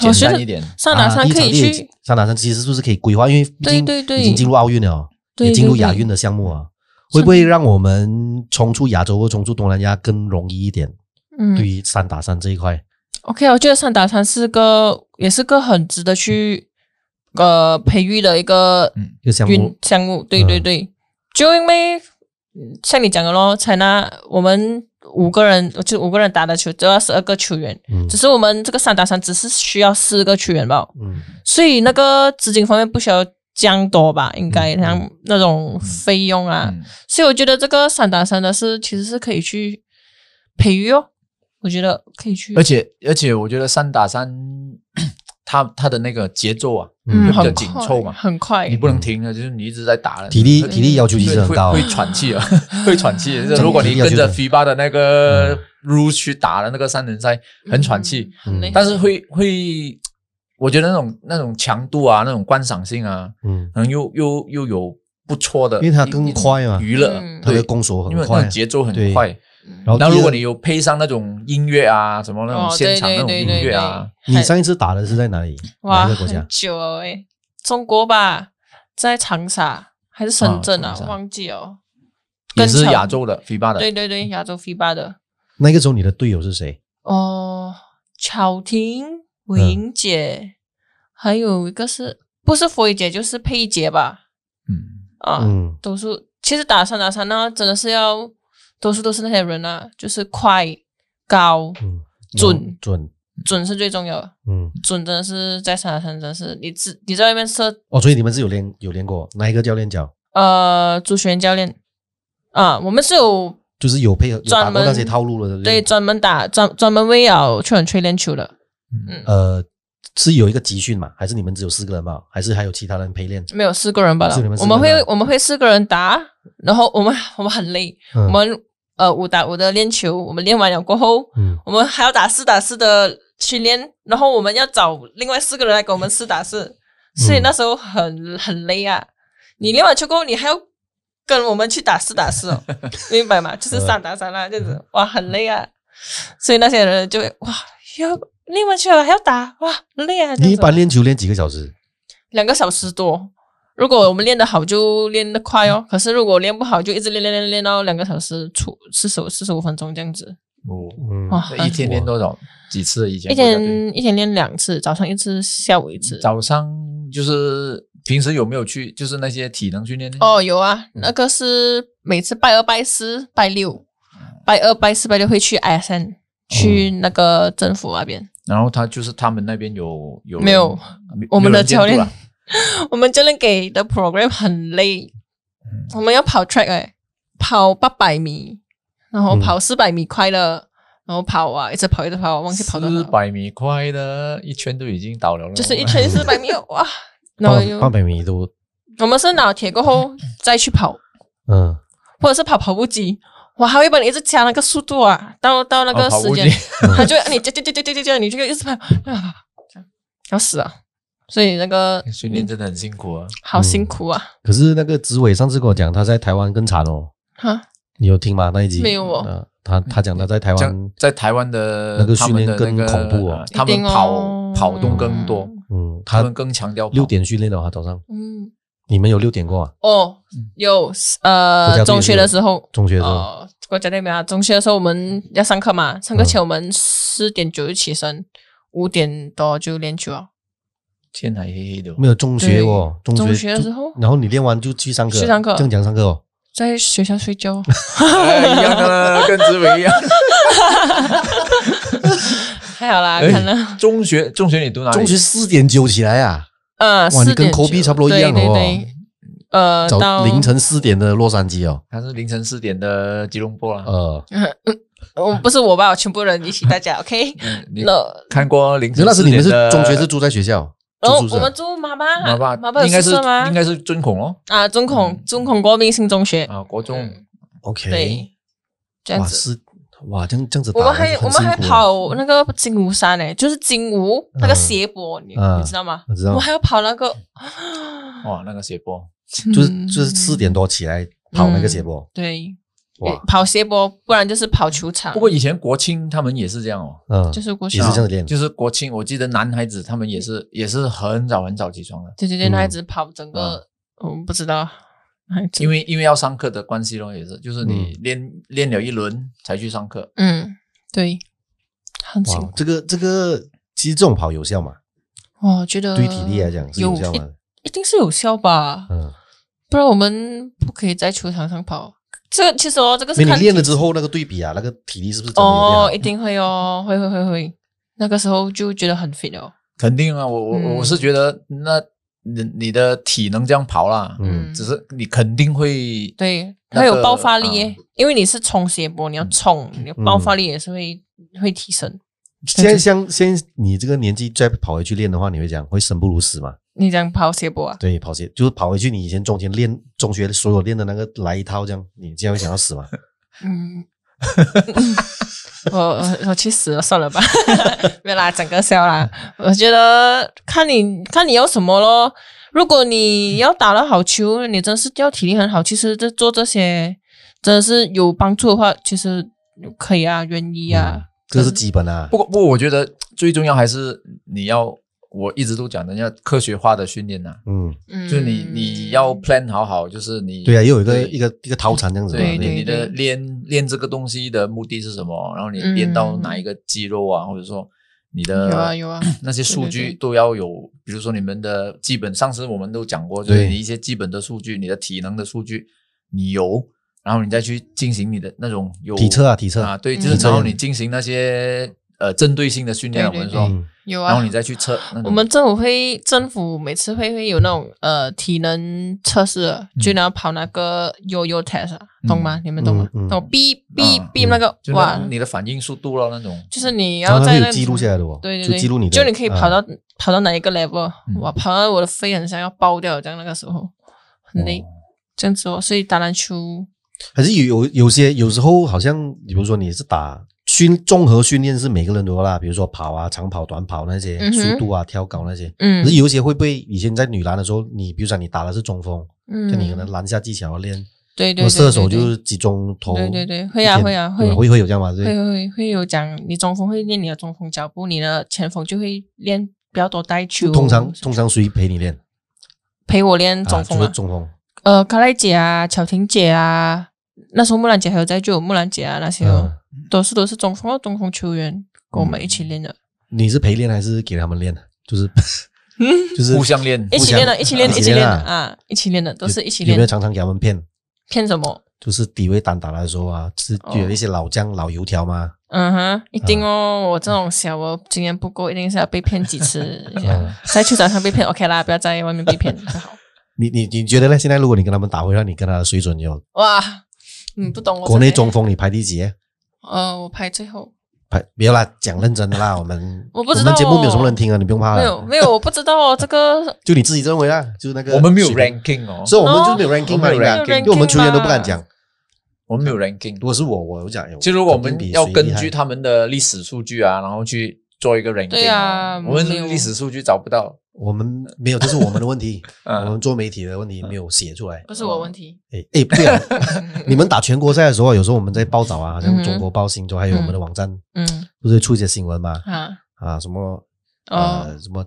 Speaker 2: 简
Speaker 3: 我觉
Speaker 2: 单
Speaker 3: 得
Speaker 2: 一点。
Speaker 3: 上哪上可以
Speaker 1: 啊第一场
Speaker 3: 去
Speaker 1: 地，上哪上其实是不是可以规划？因为毕竟
Speaker 3: 对对对
Speaker 1: 已经进入奥运了，啊
Speaker 3: 对
Speaker 1: 也进入亚
Speaker 3: 对对
Speaker 1: 运的项目啊，会不会让我们冲出亚洲或冲出东南亚更容易一点？
Speaker 3: 嗯
Speaker 1: 对于三打三这一块，
Speaker 3: OK，我觉得三打三是个，也是个很值得去呃培育的一个
Speaker 2: 嗯
Speaker 1: 这个项
Speaker 3: 运
Speaker 1: 目
Speaker 3: 项目。对对
Speaker 1: 嗯
Speaker 3: 对，就因为嗯像你讲的咯，采纳我们五个人，就五个人打的球，只要十二个球员，
Speaker 1: 嗯
Speaker 3: 只是我们这个三打三只是需要四个球员吧，
Speaker 1: 嗯
Speaker 3: 所以那个资金方面不需要这样多吧，应该
Speaker 1: 嗯嗯
Speaker 3: 像、那种费用啊，
Speaker 2: 嗯，
Speaker 3: 所以我觉得这个三打三的是其实是可以去培育哦，我觉得可以去，
Speaker 2: 而且而且我觉得三打三，他他的那个节奏啊，
Speaker 1: 嗯
Speaker 3: 嗯，
Speaker 2: 比较
Speaker 3: 很
Speaker 2: 紧
Speaker 3: 快
Speaker 2: 凑嘛
Speaker 3: 很快
Speaker 2: 你。不能停的，就是你一直在打了，
Speaker 1: 体力体力要求其实很
Speaker 2: 会
Speaker 1: 高啊
Speaker 2: 会，喘气 啊，会 喘气。就是如果你
Speaker 1: 体力要
Speaker 2: 跟
Speaker 1: 求嗯
Speaker 2: 着
Speaker 1: 很
Speaker 2: FIBA 的那个 rule 去打了那个三人赛，很喘气，
Speaker 3: 嗯，很累
Speaker 1: 嗯
Speaker 2: 但是会会，我觉得那种那种强度啊，那种观赏性啊，
Speaker 1: 嗯，
Speaker 2: 可能又又又有不错的一，
Speaker 1: 因为它更快嘛
Speaker 2: 娱乐
Speaker 3: 嗯
Speaker 1: 它
Speaker 2: 对
Speaker 1: 的，攻守
Speaker 2: 因
Speaker 1: 很
Speaker 2: 为那
Speaker 1: 快啊
Speaker 2: 种，节奏很
Speaker 1: 对
Speaker 2: 快。
Speaker 1: 然后
Speaker 2: 然
Speaker 1: 第
Speaker 2: 后如
Speaker 1: 二
Speaker 2: 果你有配上那种音乐啊，什么那种
Speaker 3: 哦
Speaker 2: 现场
Speaker 3: 对
Speaker 2: 那种
Speaker 3: 对
Speaker 2: 音乐啊，
Speaker 3: 对对
Speaker 1: 你上一次打的是在哪里？
Speaker 3: 哇，
Speaker 1: 哪一个国家
Speaker 3: 很？久了诶，中国吧，在长沙还是深圳
Speaker 2: 啊
Speaker 3: 啊，
Speaker 2: 长沙
Speaker 3: 忘记了。
Speaker 2: 也
Speaker 3: 跟
Speaker 2: 是
Speaker 3: 乔
Speaker 2: 亚洲的 FIBA
Speaker 3: 对
Speaker 2: 的，嗯
Speaker 3: 对对，亚洲 FIBA 的
Speaker 1: 那个时候你的队友是谁？
Speaker 3: 哦，巧婷、伟莹姐，还有一个是不是佛仪姐就是佩姐吧？
Speaker 2: 嗯，
Speaker 3: 啊，
Speaker 1: 嗯，
Speaker 3: 都是其实打三打三呢，真的是要多数都是那些人啊，就是快、高、
Speaker 1: 嗯，
Speaker 3: 准
Speaker 1: 准，
Speaker 3: 准是最重要的，
Speaker 1: 嗯，
Speaker 3: 准真的是在三打三真的是你自你在外面射
Speaker 1: 哦，所以你们是有练有练过哪一个教练教？
Speaker 3: 呃，主旋教练啊，我们是有
Speaker 1: 就是有配合有打
Speaker 3: 专
Speaker 1: 过
Speaker 3: 门
Speaker 1: 那些套路了，对不
Speaker 3: 对专门打专专门为了去人吹练球的，嗯，
Speaker 1: 呃，是有一个集训嘛？还是你们只有四个人嘛？还是还有其他人陪练？
Speaker 3: 没有四个人吧
Speaker 1: 是你们？四
Speaker 3: 我
Speaker 1: 个
Speaker 3: 们
Speaker 1: 人
Speaker 3: 会
Speaker 1: 啊
Speaker 3: 我们会四个人打，然后我们 我们很累，
Speaker 1: 嗯
Speaker 3: 我们呃五打五的练球，我们练完了过后，
Speaker 1: 嗯
Speaker 3: 我们还要打四打四的训练，然后我们要找另外四个人来给我们四打四，所以
Speaker 1: 嗯
Speaker 3: 那时候很很累啊。你练完球过后，你还要跟我们去打四打 四哦，明白吗？
Speaker 1: 嗯
Speaker 3: 就是三打三啊啦，这样子，哇，很累啊。所以那些人就会哇，要练完球了还要打，哇，很累啊。这样
Speaker 1: 你一
Speaker 3: 子
Speaker 1: 般练球练几个小时？
Speaker 3: 两个小时多。如果我们练得好，就练得快哦。可是如果练不好，就一直练练练练到两个小时出四十四十五分钟这样子。
Speaker 2: 哦，
Speaker 1: 嗯
Speaker 3: 哇
Speaker 2: 那一天练多少几次？以前
Speaker 3: 一
Speaker 2: 国家队
Speaker 3: 天一天练两次，早上一次，下午一次。
Speaker 2: 早上就是平时有没有去？就是那些体能训练呢？
Speaker 3: 哦，有啊，
Speaker 2: 嗯
Speaker 3: 那个是每次拜二、拜四、拜六、拜二、拜四、拜六会去 ISN，去
Speaker 2: 哦
Speaker 3: 那个政府那边。
Speaker 2: 然后他就是他们那边有有人
Speaker 3: 没有
Speaker 2: 没
Speaker 3: 我们的
Speaker 2: 没有人监督啊
Speaker 3: 教练
Speaker 2: 啦
Speaker 3: 我们教练给的 program 很累，
Speaker 2: 嗯
Speaker 3: 我们要跑 track 哎、跑八百米，然后
Speaker 1: 嗯
Speaker 3: 跑四百米快乐，然后跑啊，一直跑一直跑，忘记跑多
Speaker 2: 四
Speaker 3: 少，
Speaker 2: 百米快的一圈都已经倒了了，
Speaker 3: 就是一圈四百米哦哇，然后
Speaker 1: 半
Speaker 3: 又
Speaker 1: 半百米都，
Speaker 3: 我们是拿铁过后再去跑，
Speaker 1: 嗯，
Speaker 3: 或者是跑跑步机，我还会帮你一直加那个速度啊，到到那个
Speaker 2: 哦跑
Speaker 3: 时
Speaker 2: 步机
Speaker 3: 间，他就你就就就就就就就你就一直跑，啊这样要死啊！所以那个
Speaker 2: 训练真的很辛苦啊。
Speaker 3: 好辛苦啊，
Speaker 1: 可是那个紫伟上次跟我讲，他在台湾更惨哦，
Speaker 3: 哈，
Speaker 1: 你有听吗？那一集
Speaker 3: 没有哦
Speaker 1: 呃他他讲他在台
Speaker 2: 像
Speaker 1: 湾，
Speaker 2: 在台湾的
Speaker 1: 那个
Speaker 2: 他们
Speaker 1: 训练
Speaker 2: 的
Speaker 1: 更
Speaker 2: 那个
Speaker 1: 恐怖哦
Speaker 2: 呃他们
Speaker 3: 一定哦
Speaker 2: 跑跑动更多，
Speaker 1: 嗯，
Speaker 2: 他们
Speaker 1: 他
Speaker 2: 更强调跑
Speaker 1: 六点训练的啊话，早上
Speaker 3: 嗯。
Speaker 1: 你们有六点过啊？
Speaker 3: 哦
Speaker 2: 嗯，
Speaker 3: 有
Speaker 1: 国家队
Speaker 3: 呃，中
Speaker 1: 也
Speaker 3: 学
Speaker 1: 有
Speaker 3: 的时候，
Speaker 1: 中学的时候，
Speaker 3: 哦，国家队没有啊。中学的时候我们要上课嘛，上课
Speaker 1: 嗯
Speaker 3: 前我们四点九就起身，五点多就练球啊。
Speaker 2: 天还黑黑的哦，
Speaker 1: 没有中学哦，中
Speaker 3: 对
Speaker 1: 学
Speaker 3: 中学的
Speaker 1: 就
Speaker 3: 时候
Speaker 1: 然后你练完就去上课，
Speaker 3: 去上课
Speaker 1: 正讲上课哦。
Speaker 3: 在学校睡觉，
Speaker 2: 哎一样的，跟 紫薇一样。
Speaker 3: 还好啦，
Speaker 2: 哎
Speaker 3: 可能
Speaker 2: 中学中学你读哪里？
Speaker 1: 中学四点九起来啊，哇，
Speaker 3: 呃，
Speaker 1: 你
Speaker 3: 四
Speaker 1: 跟
Speaker 3: 点
Speaker 1: Kobe 差不多一样的
Speaker 3: 对
Speaker 1: 哦
Speaker 3: 对对，呃，
Speaker 1: 早
Speaker 3: 到
Speaker 1: 凌，晨四点的洛杉矶哦，
Speaker 2: 他是凌晨四点的吉隆坡啊啦。
Speaker 1: 呃，
Speaker 3: 我
Speaker 1: 哦
Speaker 3: 不是我吧，我全部人一起 大家 OK。
Speaker 2: 嗯你
Speaker 3: 那
Speaker 2: 看过凌晨
Speaker 1: 那时你们是
Speaker 2: 4点的
Speaker 1: 中学 是住在学校，
Speaker 3: 然后
Speaker 1: 住宿
Speaker 3: 我们
Speaker 1: 舍，
Speaker 3: 住妈妈，
Speaker 2: 妈妈
Speaker 3: 妈妈有
Speaker 2: 应该
Speaker 3: 宿
Speaker 2: 是
Speaker 3: 舍吗
Speaker 2: 应？该是尊孔哦
Speaker 3: 啊，中
Speaker 1: 嗯
Speaker 3: 孔中孔国民新中学，
Speaker 2: 啊，国中
Speaker 3: 嗯
Speaker 1: OK，
Speaker 3: 对，这样
Speaker 1: 哇
Speaker 3: 子。
Speaker 1: 是哇，这样这样子打
Speaker 3: 我们
Speaker 1: 很
Speaker 3: 还我们还
Speaker 1: 辛苦啊，
Speaker 3: 跑那个金湖山诶、就是金湖那个斜坡，你
Speaker 1: 嗯
Speaker 3: 你知道吗？
Speaker 1: 我知
Speaker 3: 我
Speaker 1: 道
Speaker 3: 们，还要跑那个，
Speaker 2: 哇，那个斜坡
Speaker 3: 嗯
Speaker 1: 就是就是四点多起来跑那个斜坡，哦
Speaker 3: 对，
Speaker 1: 哇，
Speaker 3: 跑斜坡，不然就是跑球场
Speaker 2: 不，过以前国庆他们也是这样哦，
Speaker 1: 嗯，
Speaker 3: 就是过去
Speaker 1: 也是这样子练，
Speaker 2: 就是国庆，我记得男孩子他们也是也是很早很早起床的，
Speaker 3: 对对对，
Speaker 1: 嗯
Speaker 3: 那一直跑整个，我不知道，哎
Speaker 2: 因为因为要上课的关系咯，也是就是你
Speaker 1: 嗯
Speaker 2: 练、练了一轮才去上课，
Speaker 3: 嗯，对，很辛
Speaker 1: 哇
Speaker 3: 苦，，
Speaker 1: 这个这个其实这种跑有效嘛？
Speaker 3: 哇哦我觉得
Speaker 1: 对体力来讲是
Speaker 3: 有
Speaker 1: 有效
Speaker 3: 一
Speaker 1: 嘛？
Speaker 3: 一定是有效吧，
Speaker 1: 嗯，
Speaker 3: 不然我们不可以在球场上跑。这个其实哦，这个
Speaker 1: 那
Speaker 3: 是
Speaker 1: 你
Speaker 3: 看
Speaker 1: 练了
Speaker 3: 体
Speaker 1: 之后那个对比啊，那个体力是不是真的有变好
Speaker 3: 哦，一定会哦，会会会会，那个时候就觉得很 fit 哦，
Speaker 2: 肯定啊，我我、
Speaker 3: 嗯
Speaker 2: 我是觉得那你你的体能这样跑啦，
Speaker 1: 嗯
Speaker 2: 只是你肯定会
Speaker 3: 对，
Speaker 2: 那
Speaker 3: 还有
Speaker 2: 个
Speaker 3: 爆发力
Speaker 2: 啊
Speaker 3: 耶，因为你是冲斜坡，
Speaker 1: 嗯
Speaker 3: 你要冲，你的爆发力也是会会提升。
Speaker 1: 现在像现在你这个年纪再跑回去练的话，你会讲会生不如死嘛？
Speaker 3: 你这样跑斜坡啊？
Speaker 1: 对，跑鞋就是跑回去，你以前中间练中学所有练的那个来一套，这样你这样会想要死 吗？
Speaker 3: 嗯， 我我我去死了，算了吧， 没啦，整个笑啦。我觉得看你看你要什么咯。如果你要打得好球，你真是要体力很好，其实这做这些真的是有帮助的话，其实可以啊，愿意
Speaker 1: 嗯
Speaker 3: 啊。
Speaker 1: 这个是基本啊
Speaker 2: 不。过，不过我觉得最重要还是你要，我一直都讲的要科学化的训练呐、啊
Speaker 1: 嗯，
Speaker 3: 嗯，
Speaker 2: 就是你你要 plan 好好，就是你
Speaker 1: 对啊，又有一个
Speaker 2: 对
Speaker 1: 一个一个套餐这样子嘛。
Speaker 2: 对
Speaker 3: 对
Speaker 2: 你
Speaker 3: 对
Speaker 2: 你的
Speaker 3: 对
Speaker 2: 练练这个东西的目的是什么，然后你练到
Speaker 3: 嗯
Speaker 2: 哪一个肌肉啊，或者说你的
Speaker 3: 有啊有啊
Speaker 2: 那些数
Speaker 3: 对
Speaker 2: 据
Speaker 3: 对对
Speaker 2: 都要有，比如说你们的基本，上次我们都讲过，就
Speaker 1: 对
Speaker 2: 是你一些基本的数据，你的体能的数据你有，然后你再去进行你的那种有
Speaker 1: 体测啊，体测
Speaker 2: 啊，，对，
Speaker 3: 嗯
Speaker 2: 就是
Speaker 3: 体
Speaker 1: 测
Speaker 2: 然后你进行那些呃针对性的训练，我
Speaker 3: 对
Speaker 2: 们
Speaker 3: 对
Speaker 2: 说。
Speaker 1: 嗯
Speaker 3: 有啊，
Speaker 2: 然后你再去测那种。
Speaker 3: 我们政府会，政府每次会会有那种呃体能测试的，就然后跑那个悠悠 test，啊
Speaker 2: 嗯
Speaker 3: 懂吗？你们懂吗？
Speaker 1: 嗯嗯
Speaker 3: 那种 B B
Speaker 1: 嗯
Speaker 2: 啊
Speaker 3: B 那个
Speaker 2: 就
Speaker 3: 哇
Speaker 2: 那，你的反应速度咯，那种
Speaker 3: 就是你
Speaker 1: 然
Speaker 3: 要
Speaker 1: 后它
Speaker 3: 在
Speaker 1: 会
Speaker 3: 那
Speaker 1: 有记录下来的哦，
Speaker 3: 对对
Speaker 1: 就
Speaker 3: 对，
Speaker 1: 记录你的，
Speaker 3: 就你可以跑
Speaker 1: 啊
Speaker 3: 到跑到哪一个 level，
Speaker 2: 嗯
Speaker 3: 哇，跑到我的肺很像要爆掉，这样那个时候很累，这样子哦。所以打篮球，
Speaker 1: 还是有有有些有时候好像，比如说你是打训综合训练是每个人都有啦，比如说跑啊、长跑、短跑那些
Speaker 3: 嗯哼
Speaker 1: 速度啊、跳高那些。
Speaker 3: 嗯
Speaker 1: 可是有一些会不会以前在女篮的时候，你比如说你打的是中锋，
Speaker 3: 嗯，
Speaker 1: 就你可能篮下技巧要练，
Speaker 3: 对对
Speaker 1: 那
Speaker 3: 对
Speaker 1: 射手就
Speaker 3: 对
Speaker 1: 是集中投。
Speaker 3: 对对对，会啊
Speaker 1: 一天
Speaker 3: 会啊
Speaker 1: 对吧会会有这样吧？对
Speaker 3: 会会会会有讲，你中锋会练你的中锋脚步，你的前锋就会练比较多带球。
Speaker 1: 通常通常谁陪你练？
Speaker 3: 陪我练中锋
Speaker 1: 啊，就
Speaker 3: 啊
Speaker 1: 是，中锋。
Speaker 3: 呃，卡莱姐啊，巧婷姐啊，那时候木兰姐还有在，就有木兰姐啊那些哦，
Speaker 1: 嗯，
Speaker 3: 都是都是中锋中锋球员跟我们一起练的，
Speaker 1: 你是陪练还是给他们练？啊就是
Speaker 3: 嗯
Speaker 1: 就是
Speaker 2: 互相练，
Speaker 3: 一起练的，一起练的，一起练的
Speaker 1: 一起练
Speaker 3: 啊，一起练的都是一起
Speaker 1: 有
Speaker 3: 练
Speaker 1: 没有。常常给他们骗？
Speaker 3: 骗什么？
Speaker 1: 就是低位单打的时候啊，是
Speaker 3: 哦
Speaker 1: 有一些老将、老油条嘛，
Speaker 3: 嗯哼，一定
Speaker 1: 啊
Speaker 3: 哦！我这种小，我经验不够，一定是要被骗几 次。这
Speaker 1: 嗯
Speaker 3: 样在球场上被骗 OK 啦，不要在外面被骗就好。
Speaker 1: 你你你觉得呢？现在如果你跟他们打回来，你跟他的水准有
Speaker 3: 哇，你不懂我
Speaker 1: 国内
Speaker 3: 真的
Speaker 1: 中锋，你排第几？
Speaker 3: 呃，我排最后，
Speaker 1: 排不要啦，讲认真的啦，我们
Speaker 3: 我不知
Speaker 1: 我
Speaker 3: 道
Speaker 1: 们
Speaker 3: 哦
Speaker 1: 节目没有什么人听啊，你不用怕
Speaker 3: 没有
Speaker 1: 啦，
Speaker 3: 没有，我不知道哦，这 个
Speaker 1: 就你自己认为啦，就是那个
Speaker 2: 我们没有
Speaker 1: 水平
Speaker 2: ranking 哦，
Speaker 1: 所以我们就是没有 ranking 嘛，
Speaker 2: 我们
Speaker 1: 你
Speaker 2: 没有
Speaker 1: 看，
Speaker 2: ranking
Speaker 1: 因为我们球员都不敢讲。
Speaker 2: 我们没有
Speaker 1: 如
Speaker 2: ranking。
Speaker 1: 果是我，我讲，哎
Speaker 2: 就如果我们要根
Speaker 1: 肯定比谁厉害
Speaker 2: 据，他们的历史数据啊，然后去做一个 ranking，
Speaker 3: 对啊
Speaker 2: 哦我们
Speaker 3: 没有
Speaker 2: 历史数据找不到，
Speaker 1: 我们没有，这是我们的问 题，我
Speaker 2: 嗯
Speaker 1: 们做媒体的问题没有写 出来。
Speaker 3: 不是我问题。
Speaker 1: 哎哎，对啊，你们打全国赛的时候，有时候我们在报道啊，好像中国报、新洲，还有我们的网站，
Speaker 3: 嗯
Speaker 1: 不是出一些新闻嘛？
Speaker 3: 啊
Speaker 1: 啊，什么
Speaker 3: 哦
Speaker 1: 呃什么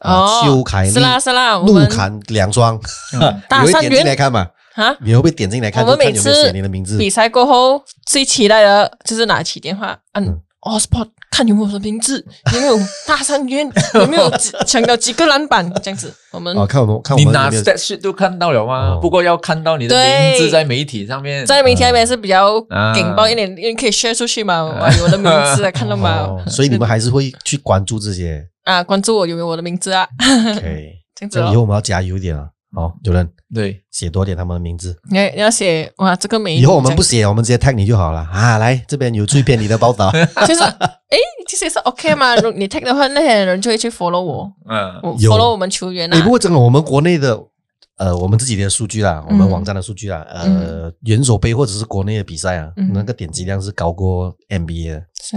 Speaker 3: 哦
Speaker 1: 啊，，邱凯丽
Speaker 3: 是啦是啦，我
Speaker 1: 怒
Speaker 3: 们
Speaker 1: 砍两双，
Speaker 2: 嗯
Speaker 3: 大
Speaker 1: 你会
Speaker 3: 三
Speaker 1: 点进来
Speaker 3: 元
Speaker 1: 看嘛？
Speaker 3: 啊，
Speaker 1: 你会不会点进来看？
Speaker 3: 我们
Speaker 1: 就看
Speaker 3: 每
Speaker 1: 有没有
Speaker 3: 次
Speaker 1: 写你的名字。
Speaker 3: 比赛过后最期待的就是拿起电话按
Speaker 1: 嗯
Speaker 3: o s p o t 看有没有什么名字，有没有大 三元，有没有几抢到几个篮板这样子，我们
Speaker 1: 哦，看我们看我
Speaker 2: 你
Speaker 1: 们
Speaker 2: 拿
Speaker 1: 有没有
Speaker 2: stat sheet 都看到了吗
Speaker 1: 哦？
Speaker 2: 不过要看到你的
Speaker 3: 对
Speaker 2: 名字在媒体上面，
Speaker 3: 在媒体那边是比较
Speaker 2: 啊
Speaker 3: 劲爆一点，因为可以 share 出去嘛，哇有我的名字啊看到吗
Speaker 1: 哦？所以你们还是会去关注这 些。
Speaker 3: 啊，关注我有没有我的名字啊？
Speaker 1: OK，
Speaker 3: 这样子
Speaker 1: 这样以后
Speaker 3: 哦，
Speaker 1: 我们要加油一点啊。好，有人
Speaker 2: 对，
Speaker 1: 写多点他们的名字。
Speaker 3: 你要你要写哇，这个名
Speaker 1: 以后我们不写，我们直接 tag 你就好了啊。来，这边有最便利的报 道，
Speaker 3: 就是诶，其实也是 OK 嘛，如果你 take 的话，那些人就会去 follow 我。
Speaker 2: 嗯，
Speaker 3: 我
Speaker 1: 有
Speaker 3: follow 我们球员啊
Speaker 1: 哎，，不过真的，我们国内的呃，我们自己的数据啦，我们
Speaker 3: 嗯
Speaker 1: 网站的数据啦，呃，元首杯或者是国内的比赛啊，
Speaker 3: 嗯
Speaker 1: 那个点击量是高过 NBA 的。
Speaker 3: 是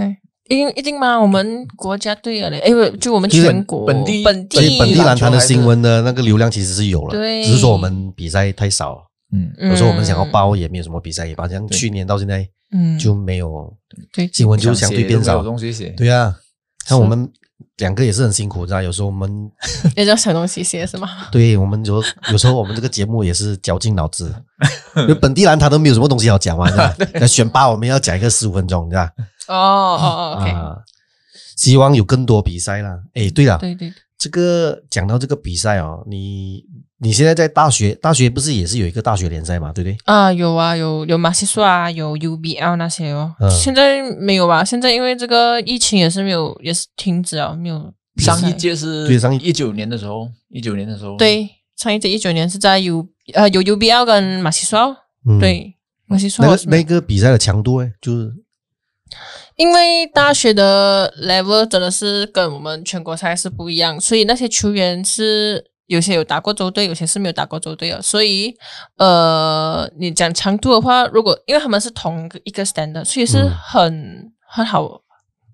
Speaker 3: 一定一定吗？我们国家队啊嘞，哎不，就我们
Speaker 1: 就是
Speaker 3: 全国
Speaker 2: 本地
Speaker 3: 本
Speaker 1: 所以
Speaker 3: 地
Speaker 1: 本地
Speaker 2: 篮
Speaker 1: 篮坛的
Speaker 2: 球还是
Speaker 1: 新闻的那个流量其实是有了，
Speaker 3: 对
Speaker 1: 只是说我们比赛太少了。
Speaker 2: 嗯，
Speaker 1: 有时候我们想要报也没有什么比赛也罢，像
Speaker 2: 对
Speaker 1: 去年到现在
Speaker 3: 嗯，
Speaker 1: 就没有
Speaker 3: 对
Speaker 1: 新闻，就相对变
Speaker 2: 想写都没
Speaker 1: 少
Speaker 2: 有。东西写，
Speaker 1: 对啊，像
Speaker 3: 是
Speaker 1: 我们两个也是很辛苦，知道？有时候我 们
Speaker 3: 要叫小东西写是吗？
Speaker 1: 对我们有有时候我们这个节目也是绞尽脑 汁，因为本地篮坛都没有什么东西好讲嘛，是 吧？那选拔我们要讲一个十五分钟，是吧？
Speaker 3: 哦哦哦，OK，
Speaker 1: 啊，希望有更多比赛啦。哎，对了，
Speaker 3: 对对，
Speaker 1: 这个讲到这个比赛哦，你你现在在大学，大学不是也是有一个大学联赛嘛，对不对？
Speaker 3: 啊，有啊，有有马戏术啊，有 UBL 那些哦
Speaker 1: 嗯。
Speaker 3: 现在没有吧？现在因为这个疫情也是没有，也是停止啊，没有比赛。
Speaker 2: 上一届是
Speaker 1: 对上一
Speaker 2: 一九年的时候，一九年的时候，，
Speaker 3: 对上一届一九年是在 U 呃有 UBL 跟马戏啊术，
Speaker 1: 嗯，
Speaker 3: 对马戏术
Speaker 1: 那
Speaker 3: 我
Speaker 1: 个
Speaker 3: 是没
Speaker 1: 那个比赛的强度哎，就是
Speaker 3: 因为大学的 level 真的是跟我们全国赛是不一样，所以那些球员是有些有打过州队，有些是没有打过州队的。所以，呃，你讲强度的话，如果因为他们是同一个 standard，所以是
Speaker 1: 嗯
Speaker 3: 很、很好，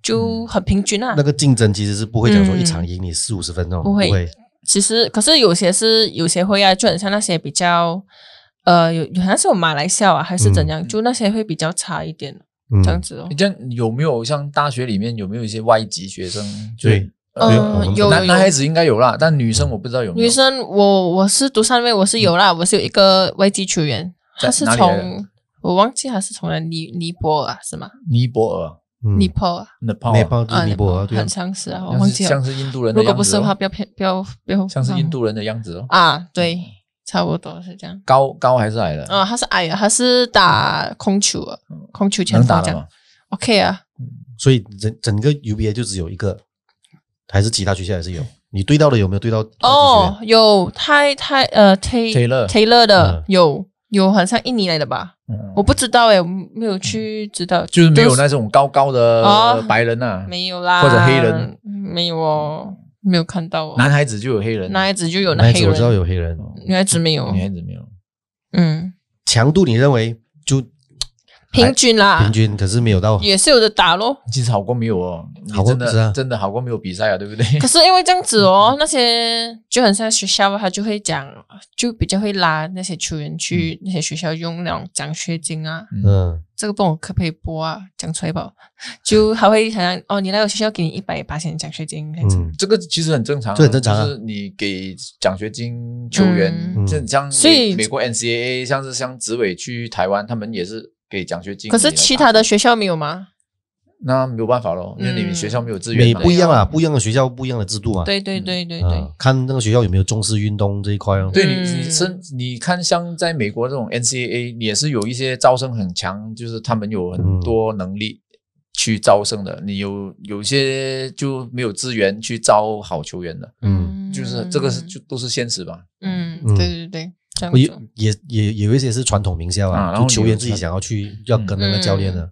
Speaker 3: 就很平均
Speaker 1: 嗯
Speaker 3: 啊。
Speaker 1: 那个竞争其实是不会讲说
Speaker 3: 嗯
Speaker 1: 一场赢你四五十分钟，
Speaker 3: 不会其实，可是有些是有些会啊，就很像那些比较，呃，有有好像是有马来西亚啊，还是怎样，就那些会比较差一点
Speaker 1: 嗯
Speaker 3: 这样子哦。
Speaker 2: 你这样有没有像大学里面有没有一些外籍学生？就是
Speaker 1: 对，嗯对嗯我
Speaker 3: 呃
Speaker 1: 们，
Speaker 3: 有
Speaker 2: 男
Speaker 3: 有
Speaker 2: 男孩子应该有啦，但女生我不知道有没有。
Speaker 3: 女生，我我是读三位，我是有啦，我是有一个外籍球员，
Speaker 2: 在
Speaker 3: 他是
Speaker 2: 哪里来的
Speaker 3: 从我忘记他是从哪尼尼泊尔啊是吗？
Speaker 2: 尼泊尔、
Speaker 1: 嗯
Speaker 3: 尼泊尔
Speaker 2: 那泡
Speaker 1: 那帮
Speaker 3: 啊，
Speaker 1: 就是尼泊尔对啊
Speaker 3: 很，像是啊，我
Speaker 2: 像
Speaker 3: 忘
Speaker 2: 是
Speaker 3: 记了
Speaker 2: 像。是印度人的
Speaker 3: 如果
Speaker 2: 样
Speaker 3: 不是
Speaker 2: 子
Speaker 3: 的话，
Speaker 2: 哦，
Speaker 3: 不要骗，不要不要，
Speaker 2: 像是印度人的样子哦，
Speaker 3: 啊，对，差不多是这样。
Speaker 2: 高高还是矮的？
Speaker 3: 啊，他是矮的，他是打空球啊，空球前
Speaker 2: 嗯能
Speaker 3: 锋
Speaker 2: 打
Speaker 3: 这
Speaker 2: 的
Speaker 3: 样
Speaker 2: 吗？
Speaker 3: ，OK 啊，
Speaker 1: 所以整整个 UBA 就只有一个，还是其他学校也是有？你对到的有没有对到？呃
Speaker 3: 哦，，有泰泰呃
Speaker 2: Taylor
Speaker 3: Tay Taylor 的
Speaker 1: 嗯
Speaker 3: 有有，好像印尼来的吧，
Speaker 2: 嗯
Speaker 3: 我不知道哎，我没有去知道，
Speaker 2: 就是没有那种高高的
Speaker 3: 哦
Speaker 2: 白人啊呐，
Speaker 3: 没有啦，
Speaker 2: 嗯或者黑人
Speaker 3: 没有哦，没有看到哦。
Speaker 2: 男孩子就有黑人，啊
Speaker 3: 男孩子就有那
Speaker 1: 那
Speaker 3: 黑
Speaker 1: 我知道
Speaker 3: 人，嗯
Speaker 1: 有黑人。
Speaker 2: 哦
Speaker 3: 女孩子没有
Speaker 2: 女。孩子没有。
Speaker 3: 嗯，
Speaker 1: 强度你认为就
Speaker 3: 平均啦，
Speaker 1: 平均，可是没有到
Speaker 3: 也是有的打咯。
Speaker 2: 其实好过没有哦，你
Speaker 1: 好过
Speaker 2: 真的
Speaker 1: 是啊
Speaker 2: 真的好过没有比赛啊，对不对？
Speaker 3: 可是因为这样子哦，那些就很像学校，啊他就会讲，就比较会拉那些球员去那些学校用那种奖学金啊。
Speaker 1: 嗯
Speaker 3: 这个不懂我可不可以播啊？讲出来吧，就还会好像哦，你来我学校给你一百八千奖学金这样子。
Speaker 1: 嗯
Speaker 2: 这个其实很正常啊，
Speaker 1: 这很正常啊
Speaker 2: 就是你给奖学金球员，
Speaker 1: 嗯
Speaker 2: 这像
Speaker 3: 所以
Speaker 2: 美美国 NCAA，像是像紫委去台湾，他们也是给奖学金。
Speaker 3: 可是其他的学校没有吗？
Speaker 2: 那没有办法咯，因为你们
Speaker 3: 嗯
Speaker 2: 学校没有资源
Speaker 1: 每
Speaker 2: 嘛。
Speaker 1: 不一样啊，不一样的学校不一样的制度嘛。
Speaker 3: 对对对对
Speaker 1: 啊
Speaker 3: 对，
Speaker 1: 看那个学校有没有重视运动这一块哦。
Speaker 2: 对你，
Speaker 3: 嗯
Speaker 2: 你是你看，像在美国这种 NCAA 也是有一些招生很强，就是他们有很多
Speaker 1: 嗯
Speaker 2: 能力去招生的。你有有一些就没有资源去招好球员的，
Speaker 1: 嗯，
Speaker 2: 就是这个是就都是现实吧。
Speaker 3: 嗯，
Speaker 1: 嗯
Speaker 3: 对对对，这样
Speaker 1: 我也
Speaker 3: 子，
Speaker 1: 也也也有一些是传统名校
Speaker 2: 啊
Speaker 1: 啊，
Speaker 2: 然
Speaker 1: 就
Speaker 2: 后
Speaker 1: 球
Speaker 2: 有
Speaker 1: 员自己
Speaker 2: 传
Speaker 1: 想要去要跟那个教练的，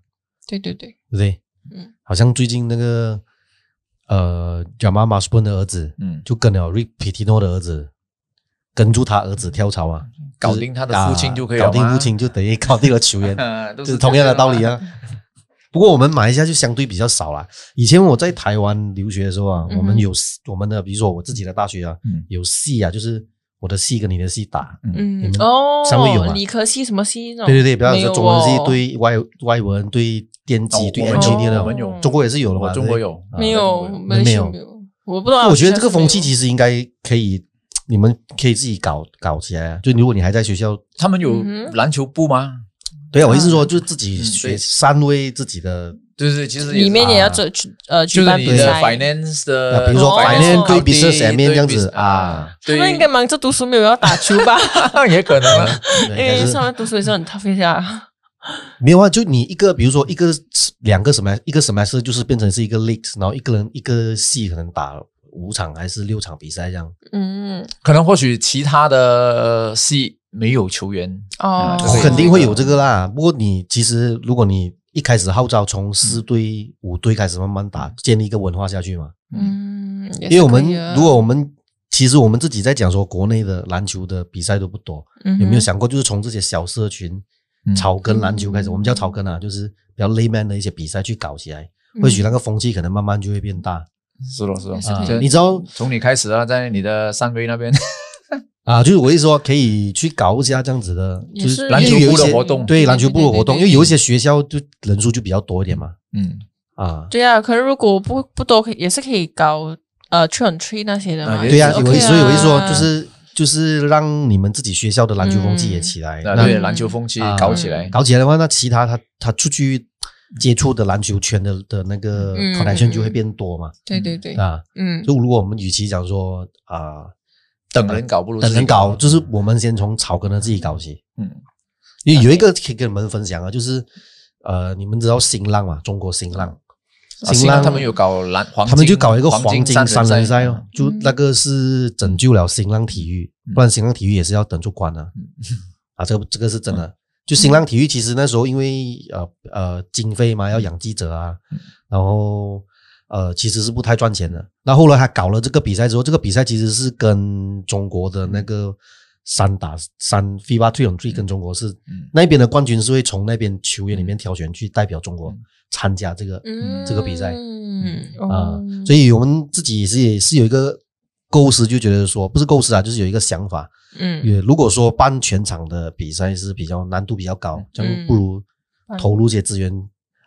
Speaker 3: 对对对，
Speaker 1: 对不对？
Speaker 3: 嗯，
Speaker 1: 好像最近那个呃，Jamal m a s p o n 的儿子
Speaker 2: 嗯，
Speaker 1: 就跟了 Rick Pitino 的儿子，跟住他儿子跳槽啊，
Speaker 2: 搞定嗯他的父亲就可以了
Speaker 1: 搞定
Speaker 2: 吗，
Speaker 1: 父亲就等于搞定了球员
Speaker 2: 呃 都
Speaker 1: 就是同样的道理啊。不过我们马来西亚就相对比较少啦。以前我在台湾留学的时候啊，
Speaker 3: 嗯哼
Speaker 1: 我们有我们的，比如说我自己的大学啊，
Speaker 2: 嗯
Speaker 1: 有系啊，就是我的系跟你的系打。你
Speaker 3: 嗯
Speaker 1: 们
Speaker 3: 哦，
Speaker 1: 三位有吗
Speaker 3: 理科系什么系
Speaker 2: 哦
Speaker 3: 那种？
Speaker 1: 对对对，比方
Speaker 3: 没有
Speaker 1: 说中文系
Speaker 3: 哦，
Speaker 1: 对外外文对电
Speaker 2: 哦
Speaker 1: 机对
Speaker 2: 我们有
Speaker 1: engineer
Speaker 2: 我们
Speaker 1: 的，
Speaker 2: 有
Speaker 1: 中国也是有的
Speaker 2: 我
Speaker 1: 嘛。
Speaker 2: 中国有，
Speaker 1: 啊
Speaker 3: 没有，
Speaker 1: 对
Speaker 3: 来西亚
Speaker 1: 没
Speaker 3: 没有，我不知道。
Speaker 1: 我觉得这个风气
Speaker 3: 实
Speaker 1: 其实应该可以，你们可以自己搞搞起来啊。就如果你还在学校，
Speaker 2: 他们有
Speaker 3: 嗯哼
Speaker 2: 篮球部吗？
Speaker 1: 对啊，我意
Speaker 3: 啊
Speaker 1: 思说就是自己
Speaker 2: 嗯
Speaker 1: 学
Speaker 2: 对
Speaker 1: 三位自己 的，
Speaker 2: 对对，其实也是
Speaker 3: 里面也要
Speaker 1: 啊
Speaker 3: 做去呃
Speaker 2: 就
Speaker 3: 举
Speaker 2: 是
Speaker 3: 办
Speaker 2: 你的
Speaker 3: 比赛。
Speaker 2: finance
Speaker 1: 啊
Speaker 2: 的，
Speaker 1: 比如说
Speaker 3: 哦
Speaker 1: finance 对
Speaker 2: 对
Speaker 1: business admin 这样子
Speaker 2: business-
Speaker 1: 啊，
Speaker 3: 他
Speaker 2: 对，
Speaker 3: 们应该忙着读书，没有要打球吧？
Speaker 2: 也可能啊。
Speaker 1: 对
Speaker 3: 因
Speaker 1: 应该
Speaker 3: 为
Speaker 1: 是
Speaker 3: 上班读书也是很 tough 一下。
Speaker 1: 没有啊，就你一个，比如说一个两个什么，一个什么是就是变成是一个 league，然后一个人一个系可能打五场还是六场比赛这样，
Speaker 3: 嗯，
Speaker 2: 可能或许其他的系没有球员，
Speaker 3: 哦
Speaker 2: 啊这是一个
Speaker 1: 肯定会有这个啦。不过你其实如果你一开始号召从四队五队开始慢慢打，建立一个文化下去嘛。
Speaker 3: 嗯，也
Speaker 1: 因为
Speaker 3: 是
Speaker 1: 我
Speaker 3: 可
Speaker 1: 们
Speaker 3: 以啊
Speaker 1: 如果我们其实我们自己在讲说国内的篮球的比赛都不多，
Speaker 3: 嗯
Speaker 1: 有没有？想过就是从这些小社群
Speaker 2: 嗯
Speaker 1: 草根篮球开始，
Speaker 3: 嗯
Speaker 1: 我们叫草根啊，就是比较 layman 的一些比赛去搞起来，
Speaker 3: 嗯
Speaker 1: 或许那个风气可能慢慢就会变大。
Speaker 2: 是咯是咯
Speaker 3: 也是可以
Speaker 1: 啊你知道
Speaker 2: 从你开始啊，在你的三维那边，
Speaker 1: 啊，就是我意思说，可以去搞一下这样子的，
Speaker 3: 也
Speaker 1: 就是
Speaker 2: 篮球
Speaker 1: 因为有一
Speaker 2: 部的
Speaker 1: 些
Speaker 2: 活动
Speaker 1: 对篮球部的活动，
Speaker 3: 对对对对
Speaker 1: 因为有一些学校就人数就比较多一点嘛，
Speaker 2: 嗯，
Speaker 1: 啊，
Speaker 3: 对啊，可是如果不不多，可以也是可以搞呃 t r n tree 那些的嘛。
Speaker 2: 啊也
Speaker 1: 对呀、
Speaker 2: 是
Speaker 1: 我
Speaker 3: OK 啊
Speaker 1: 所以我一说就是就是让你们自己学校的篮球风气也起来，
Speaker 2: 那
Speaker 1: 那
Speaker 2: 对
Speaker 3: 嗯
Speaker 2: 篮球风气
Speaker 1: 啊
Speaker 2: 搞起来，
Speaker 1: 搞起来的话，那其他他他出去接触的篮球圈的的那个
Speaker 3: 嗯
Speaker 1: connection
Speaker 3: 嗯
Speaker 1: 就会变多嘛，
Speaker 3: 对对对，
Speaker 1: 啊，
Speaker 3: 嗯，
Speaker 1: 就如果我们与其讲说啊、
Speaker 2: 等人搞不如
Speaker 1: 等
Speaker 2: 自己
Speaker 1: 人搞，就是我们先从草根的自己搞起。
Speaker 2: 嗯
Speaker 1: 有有一个可以跟你们分享啊，就是呃，你们知道新浪嘛？中国新浪，
Speaker 2: 啊
Speaker 1: 新
Speaker 2: 新
Speaker 1: 浪
Speaker 2: 浪他们有搞篮黄金，
Speaker 1: 他们就搞一个
Speaker 2: 黄
Speaker 1: 黄金三
Speaker 2: 人
Speaker 1: 人赛哦，，就
Speaker 3: 嗯
Speaker 1: 那个是拯救了新浪体育，
Speaker 2: 嗯
Speaker 1: 不然新浪体育也是要等住关的
Speaker 2: 嗯
Speaker 1: 啊。这个这个是真的。就新浪体育其实那时候因为呃呃经费嘛，要养记者啊
Speaker 2: 嗯，
Speaker 1: 然后呃其实是不太赚钱的。那后来他搞了这个比赛之后，这个比赛其实是跟中国的那个三打三 FIBA 推勇最跟中国是
Speaker 2: 嗯嗯
Speaker 1: 那边的冠军是会从那边球员里面挑选去代表中国
Speaker 2: 嗯
Speaker 1: 参加这个
Speaker 3: 嗯
Speaker 1: 这个比赛
Speaker 3: 嗯
Speaker 1: 啊、
Speaker 3: 哦
Speaker 1: 所以我们自己也是也是有一个构思，就觉得说不是构思啊，就是有一个想法，
Speaker 3: 嗯
Speaker 1: 也如果说办全场的比赛是比较难度比较高，就
Speaker 3: 嗯
Speaker 1: 不如投入一些资源，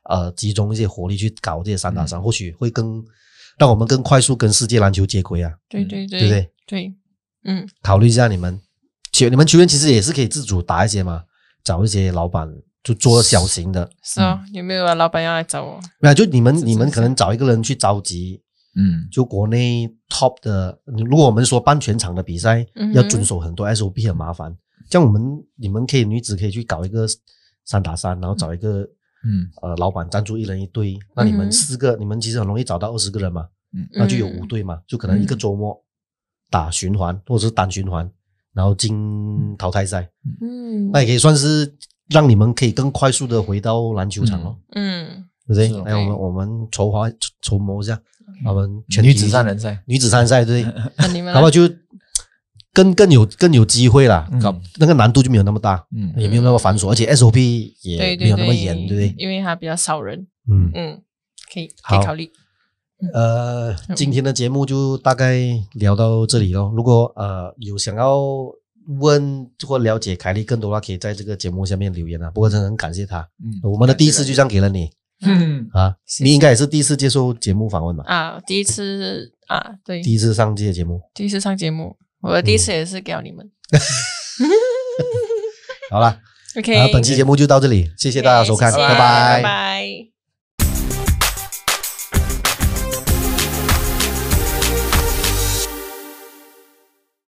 Speaker 1: 呃，集中一些火力去搞这些三
Speaker 3: 嗯
Speaker 1: 打三，或许会更让我们更快速跟世界篮球接轨啊，
Speaker 3: 对对对
Speaker 1: 对不对？
Speaker 3: 对，嗯
Speaker 1: 考虑一下你们球你们球员其实也是可以自主打一些嘛，找一些老板就做小型的，
Speaker 3: 是啊，
Speaker 1: 嗯
Speaker 3: 有没有啊？老板要来找我？
Speaker 1: 那就你们
Speaker 3: 自主一下
Speaker 1: 你们可能找一个人去召集。
Speaker 2: 嗯
Speaker 1: 就国内 top 的，如果我们说办全场的比赛，
Speaker 3: 嗯哼
Speaker 1: 要遵守很多 SOP 很麻烦。这样我们你们可以女子可以去搞一个三打三，然后找一个
Speaker 2: 嗯
Speaker 1: 呃老板赞助一人一队，那你
Speaker 3: 嗯
Speaker 1: 们
Speaker 3: 哼
Speaker 1: 四个，你们其实很容易找到二十个人嘛，
Speaker 2: 嗯
Speaker 1: 那就有
Speaker 3: 嗯
Speaker 1: 五队嘛，就可能一个周末打循环或者是单循环，然后进淘汰赛，
Speaker 3: 嗯
Speaker 1: 那也可以算是让你们可以更快速的回到篮球场咯，
Speaker 3: 嗯，
Speaker 1: 对
Speaker 2: 是
Speaker 1: 不对？
Speaker 2: 哦
Speaker 1: 来，我们我们筹划筹筹谋一下，我们全
Speaker 2: 女
Speaker 1: 体
Speaker 2: 子三人赛，
Speaker 1: 女子参赛对。
Speaker 3: 那你们
Speaker 1: 搞不好
Speaker 3: 来
Speaker 1: 就更更有更有机会啦，
Speaker 2: 嗯
Speaker 1: 搞那个难度就没有那么大，
Speaker 2: 嗯
Speaker 1: 也没有那么繁琐，而且 SOP 也
Speaker 3: 对
Speaker 1: 没
Speaker 3: 对
Speaker 1: 有那么严，对不对？
Speaker 3: 因为他比较少人，
Speaker 1: 嗯，
Speaker 3: 嗯，可以可以
Speaker 1: 好
Speaker 3: 考虑。
Speaker 1: 呃，今天的节目就大概聊到这里咯。如果呃有想要问或了解凯莉更多的话，可以在这个节目下面留言啊。不过真的很感谢她，
Speaker 2: 嗯
Speaker 1: 我们的第一次就这样给了你
Speaker 2: 嗯
Speaker 1: 啊，你应该也是第一次接受节目访问吧？
Speaker 3: 啊，第一次啊，对，
Speaker 1: 第一次嗯上这些节目，
Speaker 3: 第一次上节目，我的第一次也是给到你们。
Speaker 1: 好啦，
Speaker 3: OK，
Speaker 1: 啊，本期节目就到这里，谢谢大家收看，
Speaker 3: 谢谢
Speaker 1: 拜
Speaker 3: 拜拜。